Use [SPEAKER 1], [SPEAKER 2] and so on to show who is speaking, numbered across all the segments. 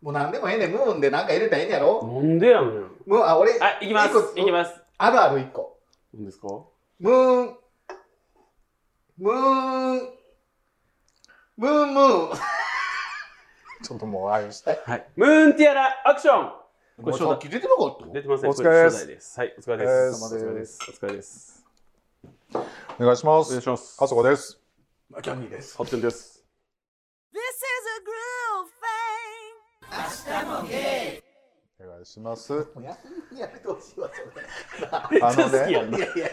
[SPEAKER 1] もう何でもええねん、ムーンでなんか入れたらええんやろ
[SPEAKER 2] なんでやねん。
[SPEAKER 1] ムーン、あ、俺、
[SPEAKER 2] あ、いきます
[SPEAKER 1] いいこと。
[SPEAKER 2] いきます。
[SPEAKER 1] あるある一個。
[SPEAKER 2] 何ですか
[SPEAKER 1] ムーン、ムーン、ムーンムーン。ちょっともうあれしたい。
[SPEAKER 2] はい。ムーンティアラ、アクションこ
[SPEAKER 1] こ
[SPEAKER 2] れ
[SPEAKER 1] れ
[SPEAKER 2] 初代
[SPEAKER 1] さっき出てなかった
[SPEAKER 2] 出てません。
[SPEAKER 3] お疲れです
[SPEAKER 2] こ初代です。はい、お疲れです。
[SPEAKER 3] お
[SPEAKER 2] お
[SPEAKER 3] 疲
[SPEAKER 2] 疲
[SPEAKER 3] れ
[SPEAKER 2] れ
[SPEAKER 3] で
[SPEAKER 2] です。お疲れです。
[SPEAKER 3] お願いしま
[SPEAKER 2] お願い
[SPEAKER 3] す。
[SPEAKER 2] します。
[SPEAKER 3] あそこです。
[SPEAKER 1] あキャミーです。
[SPEAKER 2] ハッテンです。
[SPEAKER 4] This is a groove thing.
[SPEAKER 3] お願いします。
[SPEAKER 1] もう休みやめてほしいわ、それ。
[SPEAKER 2] めっち
[SPEAKER 3] あ
[SPEAKER 2] ゃ
[SPEAKER 3] のね
[SPEAKER 2] 好きやんな。
[SPEAKER 1] いやいや、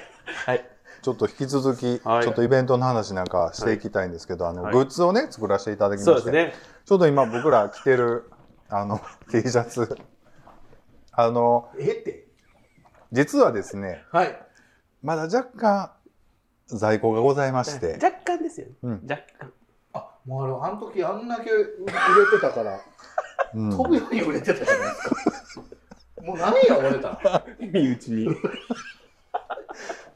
[SPEAKER 3] ちょっと引き続き、
[SPEAKER 2] はい
[SPEAKER 3] ちょっとイベントの話なんかしていきたいんですけど、あの、
[SPEAKER 2] はい
[SPEAKER 3] グッズをね、作らせていただきまして。
[SPEAKER 2] そうですね。
[SPEAKER 3] ちょうど今僕ら着てる、あの、T シャツ。あの、
[SPEAKER 1] ええって。
[SPEAKER 3] 実はですね、
[SPEAKER 1] はい。
[SPEAKER 3] まだ若干在庫がございまして、
[SPEAKER 2] 若干ですよね。
[SPEAKER 3] うん
[SPEAKER 2] 若干。
[SPEAKER 1] あ、もうあの、あの時あんだけ売れてたから、
[SPEAKER 3] うん
[SPEAKER 1] 飛ぶように売れてたじゃないですか。もう何や、折れた。
[SPEAKER 2] 身内に。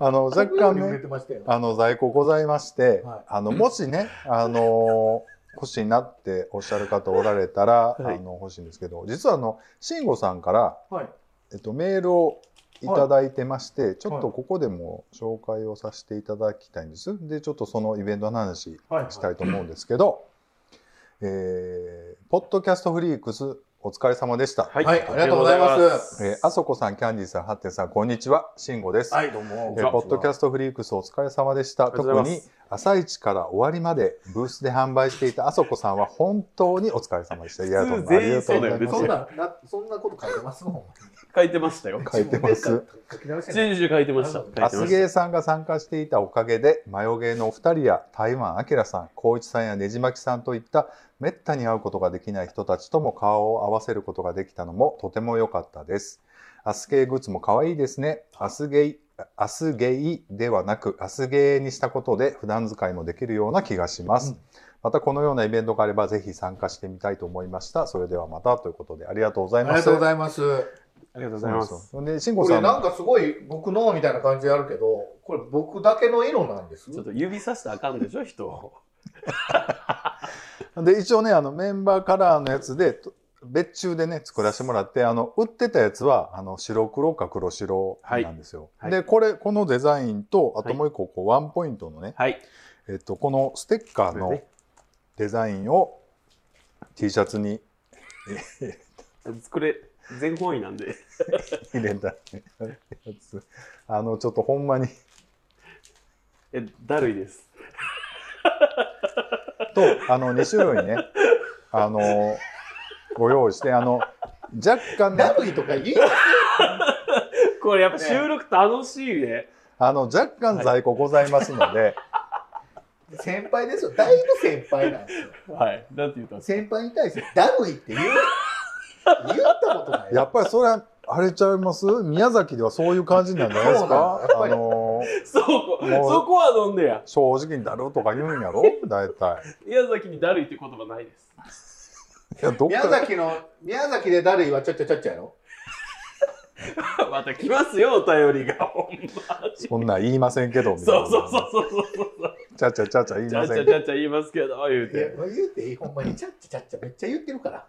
[SPEAKER 3] あの、若干
[SPEAKER 1] 飛ぶように売れ
[SPEAKER 3] ね、
[SPEAKER 1] てましたよ。
[SPEAKER 3] あの、在庫ございまして、
[SPEAKER 1] はい
[SPEAKER 3] あの、もしね、あの、欲しいなっておっしゃる方おられたら、
[SPEAKER 2] はい
[SPEAKER 3] あの、欲しいんですけど、実はあの、慎吾さんから、
[SPEAKER 1] はい。
[SPEAKER 3] えっと、メールをいただいてまして、ちょっとここでも紹介をさせていただきたいんです。で、ちょっとそのイベントの話
[SPEAKER 1] はい、はい。
[SPEAKER 3] したいと思うんですけど、えー、ポッドキャストフリークスお疲れ様でした。
[SPEAKER 2] は
[SPEAKER 1] はいありがとうございます
[SPEAKER 3] えー、あそこさん、キャンディーさん、ハッテンさん、こんにちは。慎吾です。
[SPEAKER 1] はい、どうも。
[SPEAKER 3] えーポッドキャ
[SPEAKER 1] ス
[SPEAKER 3] ストフリークスお疲れ様でした。
[SPEAKER 2] りがとう
[SPEAKER 3] 特
[SPEAKER 2] ございます
[SPEAKER 3] に朝一から終わりまでブースで販売していたあそこさんは本当にお疲れ様でした。いや、どうもありがとうござい
[SPEAKER 2] 普通
[SPEAKER 1] そ
[SPEAKER 2] 全員そ
[SPEAKER 3] ま
[SPEAKER 2] うん
[SPEAKER 3] す。
[SPEAKER 1] な、なそんなこと書いてますもん。
[SPEAKER 2] 書いてましたよ。
[SPEAKER 3] 書いてます。
[SPEAKER 1] 書き直してない。
[SPEAKER 2] 先週書いてました。書いてま
[SPEAKER 3] ア
[SPEAKER 2] した
[SPEAKER 3] スゲーさんが参加していたおかげで、マヨゲーのお二人や台湾アキラさん、光一さんやねじまきさんといった、めったに会うことができない人たちとも顔を合わせることができたのもとても良かったです。アスゲーグッズも可愛いですね。アスゲイ、アスゲイではなく、アスゲーにしたことで普段使いもできるような気がします。またこのようなイベントがあれば、ぜひ参加してみたいと思いました。それではまたということで、ありがとうござ
[SPEAKER 1] あ
[SPEAKER 3] い
[SPEAKER 1] り
[SPEAKER 3] ます。
[SPEAKER 1] がとうございます。
[SPEAKER 2] ありがとうご
[SPEAKER 3] そ
[SPEAKER 2] ざ
[SPEAKER 3] う
[SPEAKER 2] い
[SPEAKER 3] なん
[SPEAKER 2] ま
[SPEAKER 3] です
[SPEAKER 2] す。
[SPEAKER 3] よ。で、慎吾
[SPEAKER 1] こ
[SPEAKER 3] さ
[SPEAKER 1] れ
[SPEAKER 3] ん
[SPEAKER 1] なん
[SPEAKER 3] も、
[SPEAKER 1] かすごい僕のみたいな感じであるけど、これ僕だけの色なんです。
[SPEAKER 2] ちょっと指さしたらあかんでしょ、人を。
[SPEAKER 3] で一応ねあのメンバーカラーのやつでと別注でね作らせてもらってあの売ってたやつはあの白黒か黒白なんですよ、
[SPEAKER 2] はい
[SPEAKER 3] でこれこのデザインとあともう一個こうワンポイントのね、
[SPEAKER 2] はい。
[SPEAKER 3] えっと、このステッカー
[SPEAKER 2] これ
[SPEAKER 3] の
[SPEAKER 2] ね
[SPEAKER 3] デザインを T シャツに
[SPEAKER 2] これ、全方位なんで。
[SPEAKER 3] 入れたやつあのちょっとほんまに
[SPEAKER 2] え、だるいです。
[SPEAKER 3] とあの2種類ねあのご用意してあの若干ね
[SPEAKER 1] ダルイとか言い
[SPEAKER 2] これやっぱ収録楽しいね。
[SPEAKER 3] あの若干在庫ございますので、
[SPEAKER 1] 先輩ですよ。だいぶ先輩なんですよ。
[SPEAKER 2] はい。なんて言ったんです
[SPEAKER 1] 先輩に対してダルイって言う、言ったことない。
[SPEAKER 3] やっぱりそれはあれちゃいます宮崎ではそういう感じなんじゃないですか
[SPEAKER 1] そうな
[SPEAKER 3] あ
[SPEAKER 1] んだ
[SPEAKER 3] のー
[SPEAKER 2] かそこ、
[SPEAKER 3] もう
[SPEAKER 2] そこは飲んでや。
[SPEAKER 3] 正直にだるとか言うんやろ大体。
[SPEAKER 2] 宮崎にだるいって言葉ないです。
[SPEAKER 3] いや、どっ
[SPEAKER 1] 宮
[SPEAKER 3] か
[SPEAKER 1] 崎の、宮崎でダルイはちょっちょちょっちょやろ
[SPEAKER 2] また来ますよ、お便りが。ほんまに。
[SPEAKER 3] そんなん言いませんけど、みたい
[SPEAKER 2] そ
[SPEAKER 3] な。
[SPEAKER 2] うそうそうそうそうそう。
[SPEAKER 3] ちゃちゃちゃちゃ言い
[SPEAKER 2] ちゃ
[SPEAKER 3] ま
[SPEAKER 2] ち
[SPEAKER 3] せ
[SPEAKER 2] ゃ
[SPEAKER 3] んけ
[SPEAKER 2] ち
[SPEAKER 3] ど。
[SPEAKER 2] ゃちゃ言いますけど、言う
[SPEAKER 1] いや
[SPEAKER 2] て。、
[SPEAKER 1] 言うていい、ほんまに。ちゃっちゃちゃっちゃ、めっちゃ言ってるから。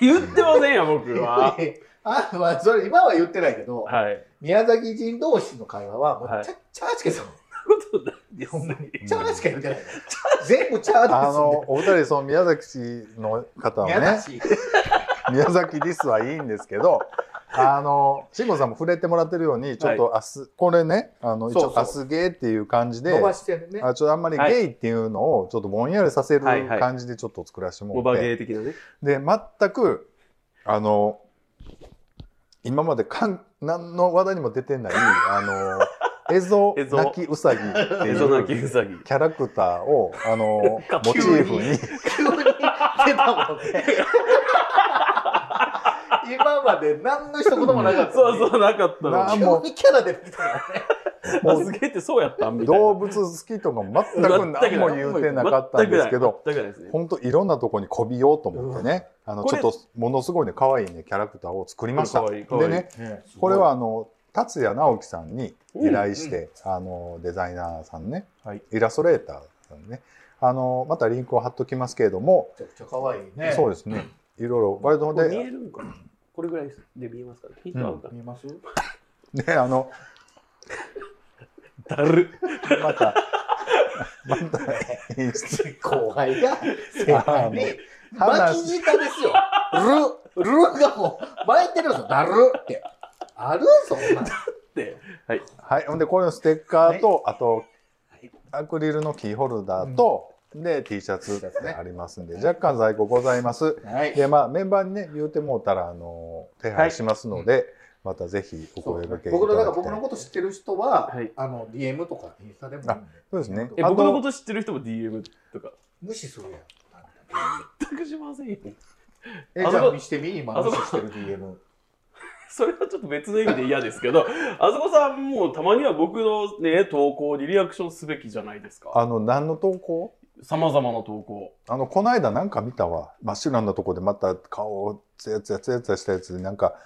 [SPEAKER 2] 言ってませんよ、僕は。
[SPEAKER 1] あ、まあ、それ今は言ってないけど、
[SPEAKER 2] はい。
[SPEAKER 1] 宮崎人同士の会話は、も
[SPEAKER 2] は
[SPEAKER 1] う
[SPEAKER 2] い
[SPEAKER 1] ちゃ、ちゃーしか言ってない
[SPEAKER 2] ことないです
[SPEAKER 1] ほんまに。
[SPEAKER 3] ん
[SPEAKER 1] ちゃーしか言ってない。全部ちゃーです
[SPEAKER 3] あの、お二人、その宮崎市の方は
[SPEAKER 1] 宮
[SPEAKER 3] ね、
[SPEAKER 1] 崎。
[SPEAKER 3] 宮崎リスはいいんですけど、あの、慎吾さんも触れてもらってるように、ちょっと明日、これね、あの、一
[SPEAKER 1] そう
[SPEAKER 3] 応
[SPEAKER 1] そう
[SPEAKER 3] 明日ゲーっていう感じで、
[SPEAKER 1] 伸ばしてるね。
[SPEAKER 3] あちょっとあんまり
[SPEAKER 2] はい
[SPEAKER 3] ゲイっていうのをちょっとぼんやりさせる
[SPEAKER 2] はいはい
[SPEAKER 3] 感じでちょっと作らせてもら
[SPEAKER 2] オ
[SPEAKER 3] って、
[SPEAKER 2] バゲー的なね。
[SPEAKER 3] で全くあの今までかん何の話題にも出 てないあのエゾ
[SPEAKER 2] エゾ
[SPEAKER 3] 泣きウサギって
[SPEAKER 2] エゾナキ
[SPEAKER 3] いう
[SPEAKER 2] ウサギ。
[SPEAKER 3] キャラクターを あの
[SPEAKER 2] か
[SPEAKER 3] モチーフに
[SPEAKER 1] 急に出たもんね。 今まで何の一言もなかった。
[SPEAKER 2] そうそう、なかった
[SPEAKER 3] な
[SPEAKER 2] の。
[SPEAKER 1] 急にキャラ出てきたからね。
[SPEAKER 2] もうすげえってそうやったんみたいな。
[SPEAKER 3] 動物好きとか全く何も言うてなかったんですけど
[SPEAKER 2] 全くないですね。
[SPEAKER 3] 本当いろんなとこにこびようと思ってね、あの
[SPEAKER 2] こ
[SPEAKER 3] ちょ
[SPEAKER 2] れ
[SPEAKER 3] っとものすごいね可愛いねキャラクターを作りました。
[SPEAKER 2] 可愛い可愛い
[SPEAKER 3] でねこれはあの達也直樹さんに依頼して、あのデザイナーさんね、
[SPEAKER 2] はい
[SPEAKER 3] イラストレーターさんねあのまたリンクを貼っときますけれども、
[SPEAKER 1] めちゃくちゃ可愛いね。
[SPEAKER 3] そうですねいろいろ割と
[SPEAKER 2] これ見え
[SPEAKER 3] で、
[SPEAKER 2] るんかなこれぐらいで見えますかねヒントあるかな
[SPEAKER 1] 見えます
[SPEAKER 3] ね、あの、
[SPEAKER 2] だる
[SPEAKER 3] また、 また演出。
[SPEAKER 1] 後輩が先輩に
[SPEAKER 3] 話
[SPEAKER 1] 巻き舌ですよ。ル、ルがもう巻いてるんですよ。だるって。あるそんなん。
[SPEAKER 2] って
[SPEAKER 3] はい、ほんで、これのステッカーと、あと、アクリルのキーホルダーと、で、T シャツ
[SPEAKER 1] T シャツね
[SPEAKER 3] ありますんで、若干在庫ございます。
[SPEAKER 1] はい。
[SPEAKER 3] で、まあ、メンバーにね、言うてもうたら、あの、手配しますので、またぜひお声掛けいた
[SPEAKER 1] 僕の、だから
[SPEAKER 3] だきた
[SPEAKER 1] 僕
[SPEAKER 3] い
[SPEAKER 1] の。こと知ってる人は、
[SPEAKER 2] はい
[SPEAKER 1] あの、DM とかインスタでもいいんで。
[SPEAKER 3] そうですね
[SPEAKER 2] え
[SPEAKER 3] あと
[SPEAKER 2] 僕のこと知ってる人も DM とか
[SPEAKER 1] 無視するやん。
[SPEAKER 2] 全くしませんよ
[SPEAKER 1] え、
[SPEAKER 2] あ
[SPEAKER 1] じ
[SPEAKER 2] そこ
[SPEAKER 1] ゃあ見してみ今
[SPEAKER 2] あそ
[SPEAKER 1] 無
[SPEAKER 2] こ
[SPEAKER 1] 視してる DM。
[SPEAKER 2] それはちょっと別の意味で嫌ですけどあそこさんもうたまには僕のね投稿にリアクションすべきじゃないですか
[SPEAKER 3] あの、何の投稿
[SPEAKER 2] さまざまな投稿
[SPEAKER 3] あの、この間なんか見たわ。真っ白なとこでまた顔をツヤツヤツヤツヤしたやつで、なんか、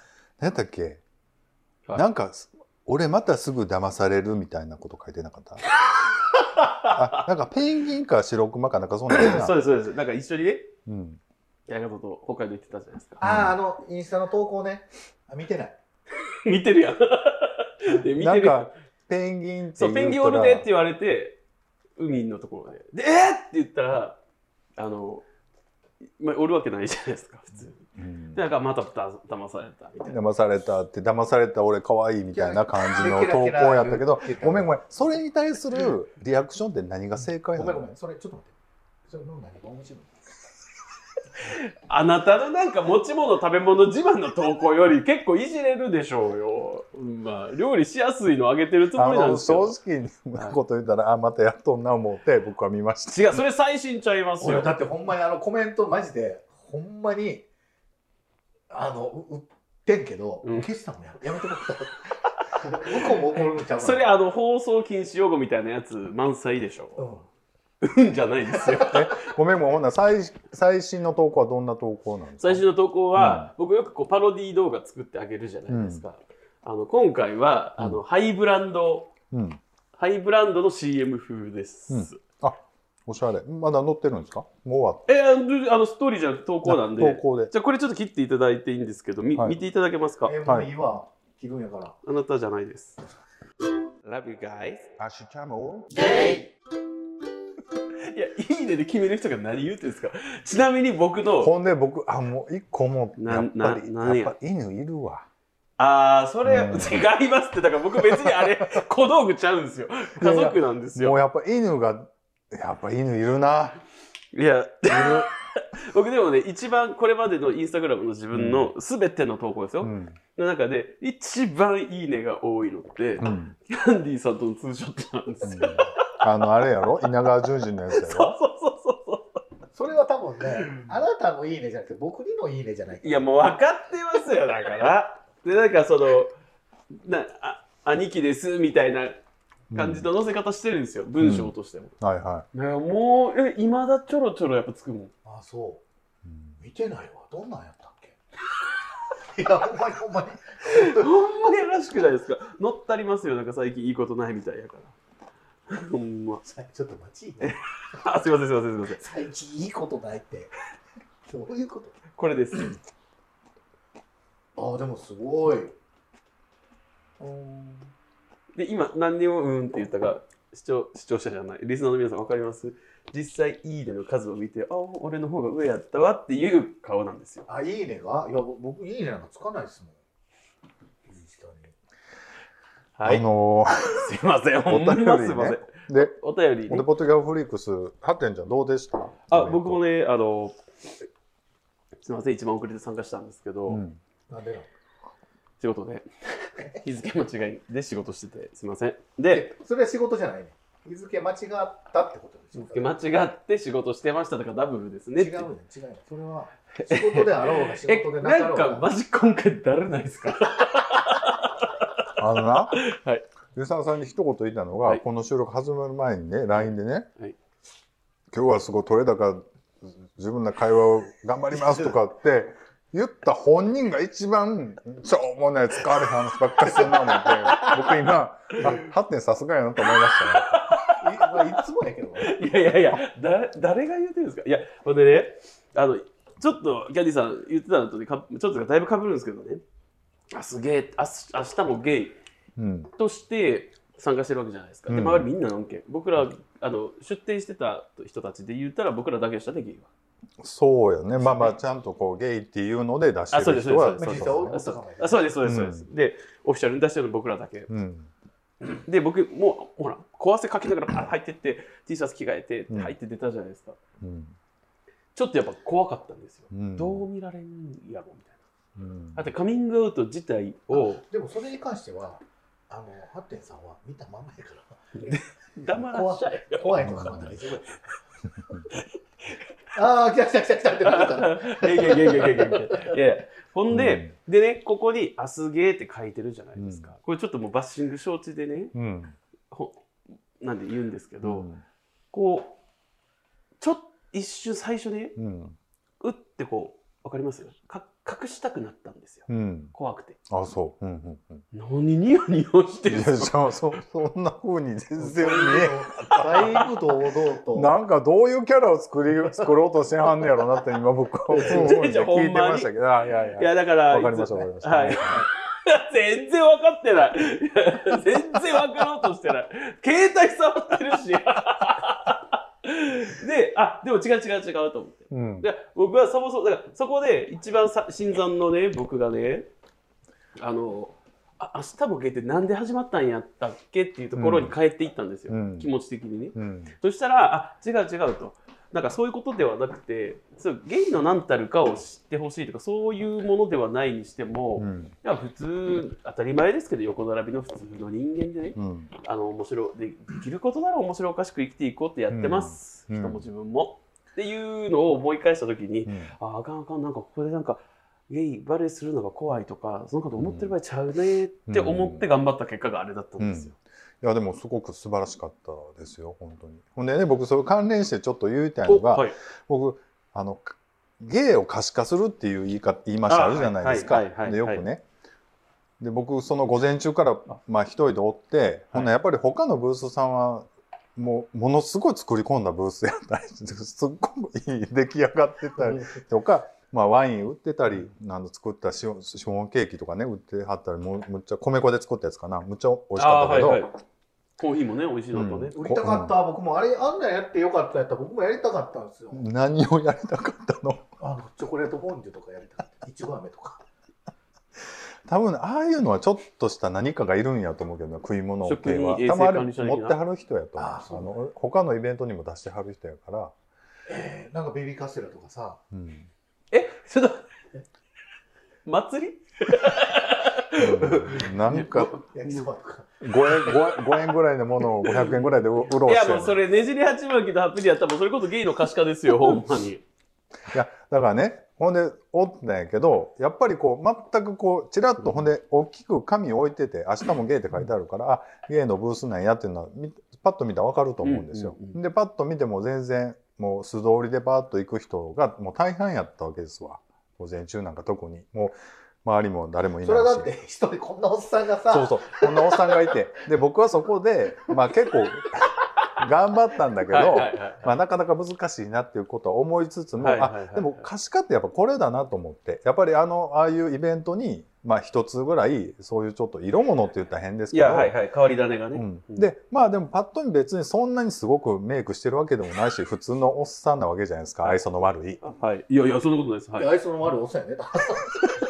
[SPEAKER 3] 何やったっけ、
[SPEAKER 2] はい
[SPEAKER 3] なんか、俺またすぐ騙されるみたいなこと書いてな かった。あ、なんかペンギンか白熊かなんかそんなんや な
[SPEAKER 2] そうですそうですなんか一緒にね
[SPEAKER 3] うん。
[SPEAKER 2] 八重方と北海道行ってたじゃないですか
[SPEAKER 1] ああ、あの、インスタの投稿ね。あ見てない。
[SPEAKER 2] 見てるやんで見
[SPEAKER 3] な
[SPEAKER 2] て
[SPEAKER 3] ん
[SPEAKER 2] るやん
[SPEAKER 3] か、ペンギンって
[SPEAKER 2] そう、
[SPEAKER 3] 言うたら
[SPEAKER 2] ペンギンおるでって言われて、海のところで。で、えー、って言ったら、あの、まあ、おるわけないじゃないですか、普通に。
[SPEAKER 3] うん
[SPEAKER 2] で、なんかまただ騙されたみたいな。
[SPEAKER 3] 騙されたって、騙された俺可愛いみたいな感じの
[SPEAKER 1] キラ
[SPEAKER 3] 投
[SPEAKER 1] キ
[SPEAKER 3] 稿
[SPEAKER 1] ラ
[SPEAKER 3] や ったけど、
[SPEAKER 1] 言ってた
[SPEAKER 3] ごめんごめん。それに対するリアクションって何が正解な
[SPEAKER 1] ご
[SPEAKER 3] の
[SPEAKER 1] めんごめん。それ、ちょっと待って。それの何が面白い
[SPEAKER 2] あなたのなんか持ち物、食べ物自慢の投稿より結構いじれるでしょうよ。うんまあ、料理しやすいのあげてるつ
[SPEAKER 3] あ
[SPEAKER 2] もりなん
[SPEAKER 3] の
[SPEAKER 2] ですけど。
[SPEAKER 3] 正直なこと言ったら、あまたやっとんな思って僕は見ました
[SPEAKER 2] 違う、それ最新ちゃいます
[SPEAKER 1] 俺
[SPEAKER 2] よ。
[SPEAKER 1] だってほんまにあのコメントマジでほんまにあのう売ってんけど、
[SPEAKER 2] うん
[SPEAKER 1] 消したもんややめてもらった 向こうも怒るんちゃうかな
[SPEAKER 2] それ、あの、放送禁止用語みたいなやつ満載でし
[SPEAKER 1] う
[SPEAKER 2] ょ。
[SPEAKER 1] ん、
[SPEAKER 2] うん、じゃないですよ。
[SPEAKER 3] ごめんごめんほんなら最最新の投稿はどんな投稿なんです
[SPEAKER 2] 最
[SPEAKER 3] か
[SPEAKER 2] 初の投稿は、僕よくこうパロディー動画作ってあげるじゃないですか、あの今回はあの、ハイブランド
[SPEAKER 3] うん
[SPEAKER 2] ハイブランドの CM 風です、
[SPEAKER 3] うんおしゃれまだ載ってるんですかもう終わっ
[SPEAKER 2] えあのあのストーリーじゃなくて投
[SPEAKER 3] た
[SPEAKER 2] 稿なん
[SPEAKER 3] 投
[SPEAKER 2] で
[SPEAKER 3] 稿で
[SPEAKER 2] じゃあこれちょっと切っていただいていいんですけど、み
[SPEAKER 3] はい
[SPEAKER 2] 見ていただけますか
[SPEAKER 1] えもういいわ気分やから
[SPEAKER 2] あなたじゃないです。Love you guys
[SPEAKER 3] アシュチャモ
[SPEAKER 2] いやいいねで決める人が何言うてんですかちなみに僕の
[SPEAKER 3] ほんで僕あもう一個もやっぱり
[SPEAKER 2] なななんや
[SPEAKER 3] やっぱ犬いるわ
[SPEAKER 2] ああそれ、
[SPEAKER 3] うん
[SPEAKER 2] 違いますってだから僕別にあ れ小道具ちゃうんですよ家族なんです
[SPEAKER 3] も
[SPEAKER 2] よ
[SPEAKER 3] うやっぱ犬がやっぱ犬いるない
[SPEAKER 2] や 僕でもね一番これまでのインスタグラムの自分の全ての投稿ですよ、
[SPEAKER 3] うん、
[SPEAKER 2] の中で一番いいねが多いのって、
[SPEAKER 3] うん
[SPEAKER 2] キャンディーさんとのツーショットなんですよ、
[SPEAKER 3] あのあれやろ稲川淳二のやつや
[SPEAKER 2] そ
[SPEAKER 3] ろ
[SPEAKER 2] うそうそうそ
[SPEAKER 1] それは多分ねあなたのいいねじゃなくて僕にのいいねじゃないう
[SPEAKER 2] いやもう分かってますよだからでなんかそのなあ兄貴ですみたいな感じの載せ方してるんですよ、文章としても、
[SPEAKER 3] はいは
[SPEAKER 2] ねもういまだちょろちょろやっぱつくもん
[SPEAKER 1] あそ
[SPEAKER 3] い、うん
[SPEAKER 1] う見てないわどんなんやったっけ いやほんまにほんまに
[SPEAKER 2] ほんまにらしくないですか乗ったりますよなんか最近いいことないみたいやからほんま
[SPEAKER 1] さちょっと待ちいいね
[SPEAKER 2] あすいませんすいませんすいません
[SPEAKER 1] 最近いいことないってどういうこと
[SPEAKER 2] これです
[SPEAKER 1] ああでもすごいうん
[SPEAKER 2] で今何にもうーんって言ったが視聴視聴者じゃないリスナーの皆さん分かります実際「いいね」の数を見て「あ俺の方が上やったわ」っていう顔なんですよ
[SPEAKER 1] あ、いいねがいや、ぼ僕、いいねなんかつかないですもん。インスタに。
[SPEAKER 2] はい
[SPEAKER 3] あの
[SPEAKER 2] すいませんほんますい
[SPEAKER 3] お
[SPEAKER 2] ま
[SPEAKER 3] 便りね
[SPEAKER 2] せん
[SPEAKER 3] ー、で
[SPEAKER 2] お便り
[SPEAKER 3] ほんでポッドキャフリックスハテンちゃんどうでした
[SPEAKER 2] あ僕もねあのすいません一番遅れて参加したんですけど、
[SPEAKER 3] うん
[SPEAKER 1] なんでなん
[SPEAKER 2] 仕事で 日付間違いで仕事しててすいませんで
[SPEAKER 1] えそれは仕事じゃないね。日付間違ったってことです
[SPEAKER 2] 日
[SPEAKER 1] よ
[SPEAKER 2] 付間違って仕事してましたとかダブルですね
[SPEAKER 1] 違
[SPEAKER 2] って
[SPEAKER 1] うね、違うね。それは、仕事であろうが仕
[SPEAKER 2] え
[SPEAKER 1] 事でなか
[SPEAKER 2] な
[SPEAKER 1] ろ
[SPEAKER 2] ん
[SPEAKER 1] う
[SPEAKER 2] か
[SPEAKER 1] が。
[SPEAKER 2] マジ今回だるないですか
[SPEAKER 3] あのな、
[SPEAKER 2] はい
[SPEAKER 3] 吉沢さんに一言言ったのが、
[SPEAKER 2] はい
[SPEAKER 3] この収録始まる前にね、LINE でね、
[SPEAKER 2] はい
[SPEAKER 3] 今日はすごい取れ高、自分の会話を頑張りますとかって、言った本人が一番、しょうもない使われへん話ばっかりするな 思って、僕今、あ、8点さすがやなと思いましたね。
[SPEAKER 1] い,、まあ、いつもやけどね。
[SPEAKER 2] いやいやいや、だ誰が言うてるんですかいや、ほんでね、あの、ちょっとキャディさん言ってたのとねかちょっとだいぶかぶるんですけどねあすげえあす明日もゲイ
[SPEAKER 3] うん。
[SPEAKER 2] として参加してるわけじゃないですか、で
[SPEAKER 3] うん
[SPEAKER 2] 周りみんなのんけ僕らあの出店してた人たちで言ったら僕らだけでしたねゲイは
[SPEAKER 3] そうやね。まあまあ、ちゃんとこう、ゲイっていうので出し
[SPEAKER 2] あそ
[SPEAKER 3] て
[SPEAKER 2] う
[SPEAKER 3] る
[SPEAKER 2] です
[SPEAKER 3] 人
[SPEAKER 2] そう
[SPEAKER 3] は、
[SPEAKER 2] ですそうです
[SPEAKER 3] そう
[SPEAKER 1] ね
[SPEAKER 2] あそうあそうですそうですそうです、でオフィシャルに出してるの僕らだけ
[SPEAKER 3] そううん。
[SPEAKER 2] で僕もうほら小汗かきながらパッ入ってって T シャツ着替えて
[SPEAKER 3] うん
[SPEAKER 2] 入って出たじゃないですか、
[SPEAKER 3] うん。
[SPEAKER 2] ちょっとやっぱ怖かったんですよ、
[SPEAKER 3] うん
[SPEAKER 2] どう見られんやろみたい
[SPEAKER 3] うん
[SPEAKER 2] なだってカミングアウト自体を
[SPEAKER 1] でもそれに関しては、あの、ハッテンさんは見たままやから。
[SPEAKER 2] 黙らしちゃえ
[SPEAKER 1] 怖いとかは大丈夫や。ああ、来た来た来た来たってなるから。
[SPEAKER 2] いやいやいやいやいやいやいやほんで、、でねここに「アスゲー」って書いてるじゃないですか、
[SPEAKER 3] うん
[SPEAKER 2] これちょっともうバッシング承知でね
[SPEAKER 3] うん。
[SPEAKER 2] ほなんで言うんですけ
[SPEAKER 3] う
[SPEAKER 2] ど、
[SPEAKER 3] ん。
[SPEAKER 2] こうちょっと一瞬最初ね
[SPEAKER 3] うん。
[SPEAKER 2] うってこうわかりますか隠したくなったんですよ
[SPEAKER 3] うん。
[SPEAKER 2] 怖くて
[SPEAKER 3] あ、そう。うんうんうん。
[SPEAKER 2] 何ニヤニヤして
[SPEAKER 3] い
[SPEAKER 2] るん
[SPEAKER 3] や、
[SPEAKER 2] で
[SPEAKER 3] じ
[SPEAKER 2] すか
[SPEAKER 3] ゃあ、そ、そんな風に全然見えん。
[SPEAKER 1] だいぶ堂々と。
[SPEAKER 3] なんかどういうキャラを作り作ろうとしてはんねやろなって今僕は聞いてましたけど、 あいやい
[SPEAKER 2] い
[SPEAKER 3] や。
[SPEAKER 2] やだから
[SPEAKER 3] わかりました
[SPEAKER 2] いつ
[SPEAKER 3] わかりました
[SPEAKER 2] はい全然分かってない全然分かろうとしてない携帯触って るしであでも違う違う違うと思って
[SPEAKER 3] うん。
[SPEAKER 2] で僕はそもそもだからそこで一番さ新参のね僕がねあのあ明日もゲーってなんで始まったんやったっけっていうところに帰っていったんですよ、
[SPEAKER 3] うん
[SPEAKER 2] 気持ち的にね、
[SPEAKER 3] うん。
[SPEAKER 2] そしたらあ違う違うとなんかそういうことではなくてそうゲイの何たるかを知ってほしいとかそういうものではないにしても、
[SPEAKER 3] う
[SPEAKER 2] い
[SPEAKER 3] ん。
[SPEAKER 2] や普通当たり前ですけど横並びの普通の人間でね
[SPEAKER 3] うん。
[SPEAKER 2] あの面白でできることなら面白おかしく生きていこうってやってます、
[SPEAKER 3] うん
[SPEAKER 2] 人も自分も、っていうのを思い返した時にああかんあかんなんかここでなんかゲイバレーするのが怖いとかそのこと思ってる場合ちゃうねって思って頑張った結果があれだったんですよ。
[SPEAKER 3] いや、でもすごく素晴らしかったですよ、本当に。ほんでね、僕、それ関連してちょっと言いたいの
[SPEAKER 2] お
[SPEAKER 3] が、
[SPEAKER 2] はい、
[SPEAKER 3] 僕、あの、芸を可視化するっていう言い方、言いましたあるじゃないですか。
[SPEAKER 2] あはいはいはいはい
[SPEAKER 3] で、よくね。で、僕、その午前中から、まあ、一人でおって、ほんならやっぱり他のブースさんは、もう、ものすごい作り込んだブースやったり して、すっごくいい出来上がってたりとか、まあ、ワイン売ってたり、なん作ったシフォンシフォンケーキとかね、売ってはったり、もうむっちゃ米粉で作ったやつかな、むっちゃ美味しか
[SPEAKER 2] あ
[SPEAKER 3] っ
[SPEAKER 2] ー
[SPEAKER 3] たけど、
[SPEAKER 2] はいはい、コーヒーもね美味しいのとね、
[SPEAKER 1] 売りたかった、僕もあれ、あんなんやってよかったやったら僕もやりたかったんですよ。
[SPEAKER 3] 何をやりたかったの
[SPEAKER 1] あの、チョコレートフォンデュとかやりたかった。いちご飴とか。
[SPEAKER 3] 多分ああいうのはちょっとした何かがいるんやと思うけどな食い物系は
[SPEAKER 2] 食品衛
[SPEAKER 3] た
[SPEAKER 2] 生
[SPEAKER 3] まに
[SPEAKER 2] 管理者的な
[SPEAKER 3] 持ってはる人やと思う
[SPEAKER 1] ああそう
[SPEAKER 3] あの他のイベントにも出してはる人やから、
[SPEAKER 1] えー、なんかベビーカステラとかさ。
[SPEAKER 3] うん
[SPEAKER 2] えちょっと祭り
[SPEAKER 3] うんなんか
[SPEAKER 1] 焼きそばとか。
[SPEAKER 3] 5円 ,5 円5円ぐらいのものを500円ぐら いで売ろう
[SPEAKER 2] い
[SPEAKER 3] し
[SPEAKER 2] や
[SPEAKER 3] てる
[SPEAKER 2] もうそれねじり鉢巻きとハッピーやったらもうそれこそゲイの可視化 ですよほんまに
[SPEAKER 3] いやだからねほんでおったんやけどやっぱりこう全くこうちらっとほんで大きく紙置いてて「明日もゲイ」って書いてあるから「あゲイのブースなんや」っていうのはみパッと見たら分かると思うんですよ。
[SPEAKER 2] うんうんう
[SPEAKER 3] でパッと見ても全然もう素通りでパーッと行く人がもう大半やったわけですわ午前中なんか特にもう周りも誰もいないし。
[SPEAKER 1] それはだって一人こんなおっさんがさ、
[SPEAKER 3] そうそう。こんなおっさんがいて。で、僕はそこで、まあ結 構、頑張ったんだけど、
[SPEAKER 2] はいはいはい
[SPEAKER 3] まあなかなか難しいなっていうことは思いつつも、
[SPEAKER 2] はいはいはいはい
[SPEAKER 3] あ、でも可視化ってやっぱこれだなと思って、やっぱりあの、ああいうイベントに、まあ一つぐらい、そういうちょっと色物って言ったら変です
[SPEAKER 2] い
[SPEAKER 3] けど、
[SPEAKER 2] やはいはい変わり種がね、
[SPEAKER 3] うん、でまあでもパッと見別にそんなにすごくメイクしてるわけでもな いし普通のおっさんなわけじゃないですか愛想の悪い
[SPEAKER 2] あはい、いやいやそんなことないです、はい
[SPEAKER 1] であいつの悪いおっさんやね。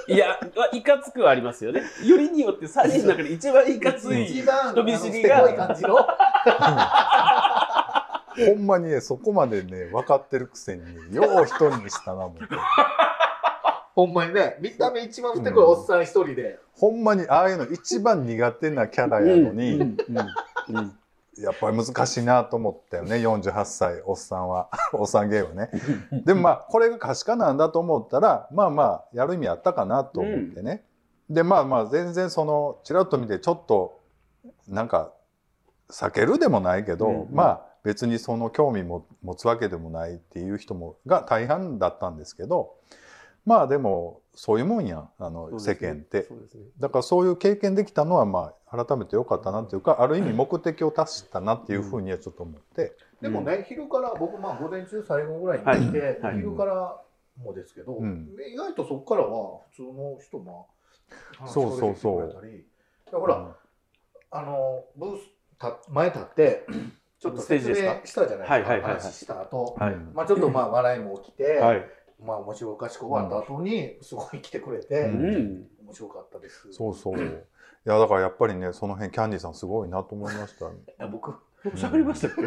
[SPEAKER 2] いや、いかつくはありますよね。よりによって3人の中で一番いかつい。
[SPEAKER 1] 一番
[SPEAKER 2] 人見知り
[SPEAKER 1] あ
[SPEAKER 2] が
[SPEAKER 1] のすごい感じの。
[SPEAKER 3] ほんまにねそこまでね分かってるくせによう人にした なもう
[SPEAKER 1] ほんまにね、見た目一番ふてこいおっさん一人で。
[SPEAKER 3] ほんまにああいうの一番苦手なキャラやのに、
[SPEAKER 2] うんうんうん
[SPEAKER 3] やっぱり難しいなと思ったよね48歳おっさんは おっさん芸はねでもまあこれが可視化なんだと思ったらまあまあやる意味あったかなと思ってね、でまあまあ全然そのちらっと見てちょっとなんか避けるでもないけど、
[SPEAKER 2] うんうん
[SPEAKER 3] まあ別にその興味も持つわけでもないっていう人もが大半だったんですけどまあでもそういうもんやんあの世間って
[SPEAKER 2] そうですね。
[SPEAKER 3] だからそういう経験できたのはまあ改めて良かったなっていうかある意味目的を達したなっていうふうにはちょっと思って、
[SPEAKER 1] でもね、昼から僕まあ午前中最後ぐらいに来て、
[SPEAKER 2] はいはい
[SPEAKER 1] 昼からもですけど、
[SPEAKER 3] うん
[SPEAKER 1] 意外とそこからは普通の人も話し
[SPEAKER 3] そうそうそう
[SPEAKER 1] かけてくれたりでほら、あのブースた前立って
[SPEAKER 2] ちょっとステージですか
[SPEAKER 1] 説明したじゃないですか、
[SPEAKER 2] はいはいはいはい
[SPEAKER 1] 話した後、
[SPEAKER 2] はい
[SPEAKER 3] うん
[SPEAKER 1] まあちょっとまあ笑いも起きて、
[SPEAKER 2] はい。
[SPEAKER 1] まあ面白おかしく終わった後にすごい来てくれて、
[SPEAKER 3] う
[SPEAKER 2] うん。
[SPEAKER 1] 面白かったです。
[SPEAKER 3] そうそう。いやだからやっぱりねその辺キャンディさんすごいなと思いました。い
[SPEAKER 1] いや僕
[SPEAKER 2] 僕喋りましたっけ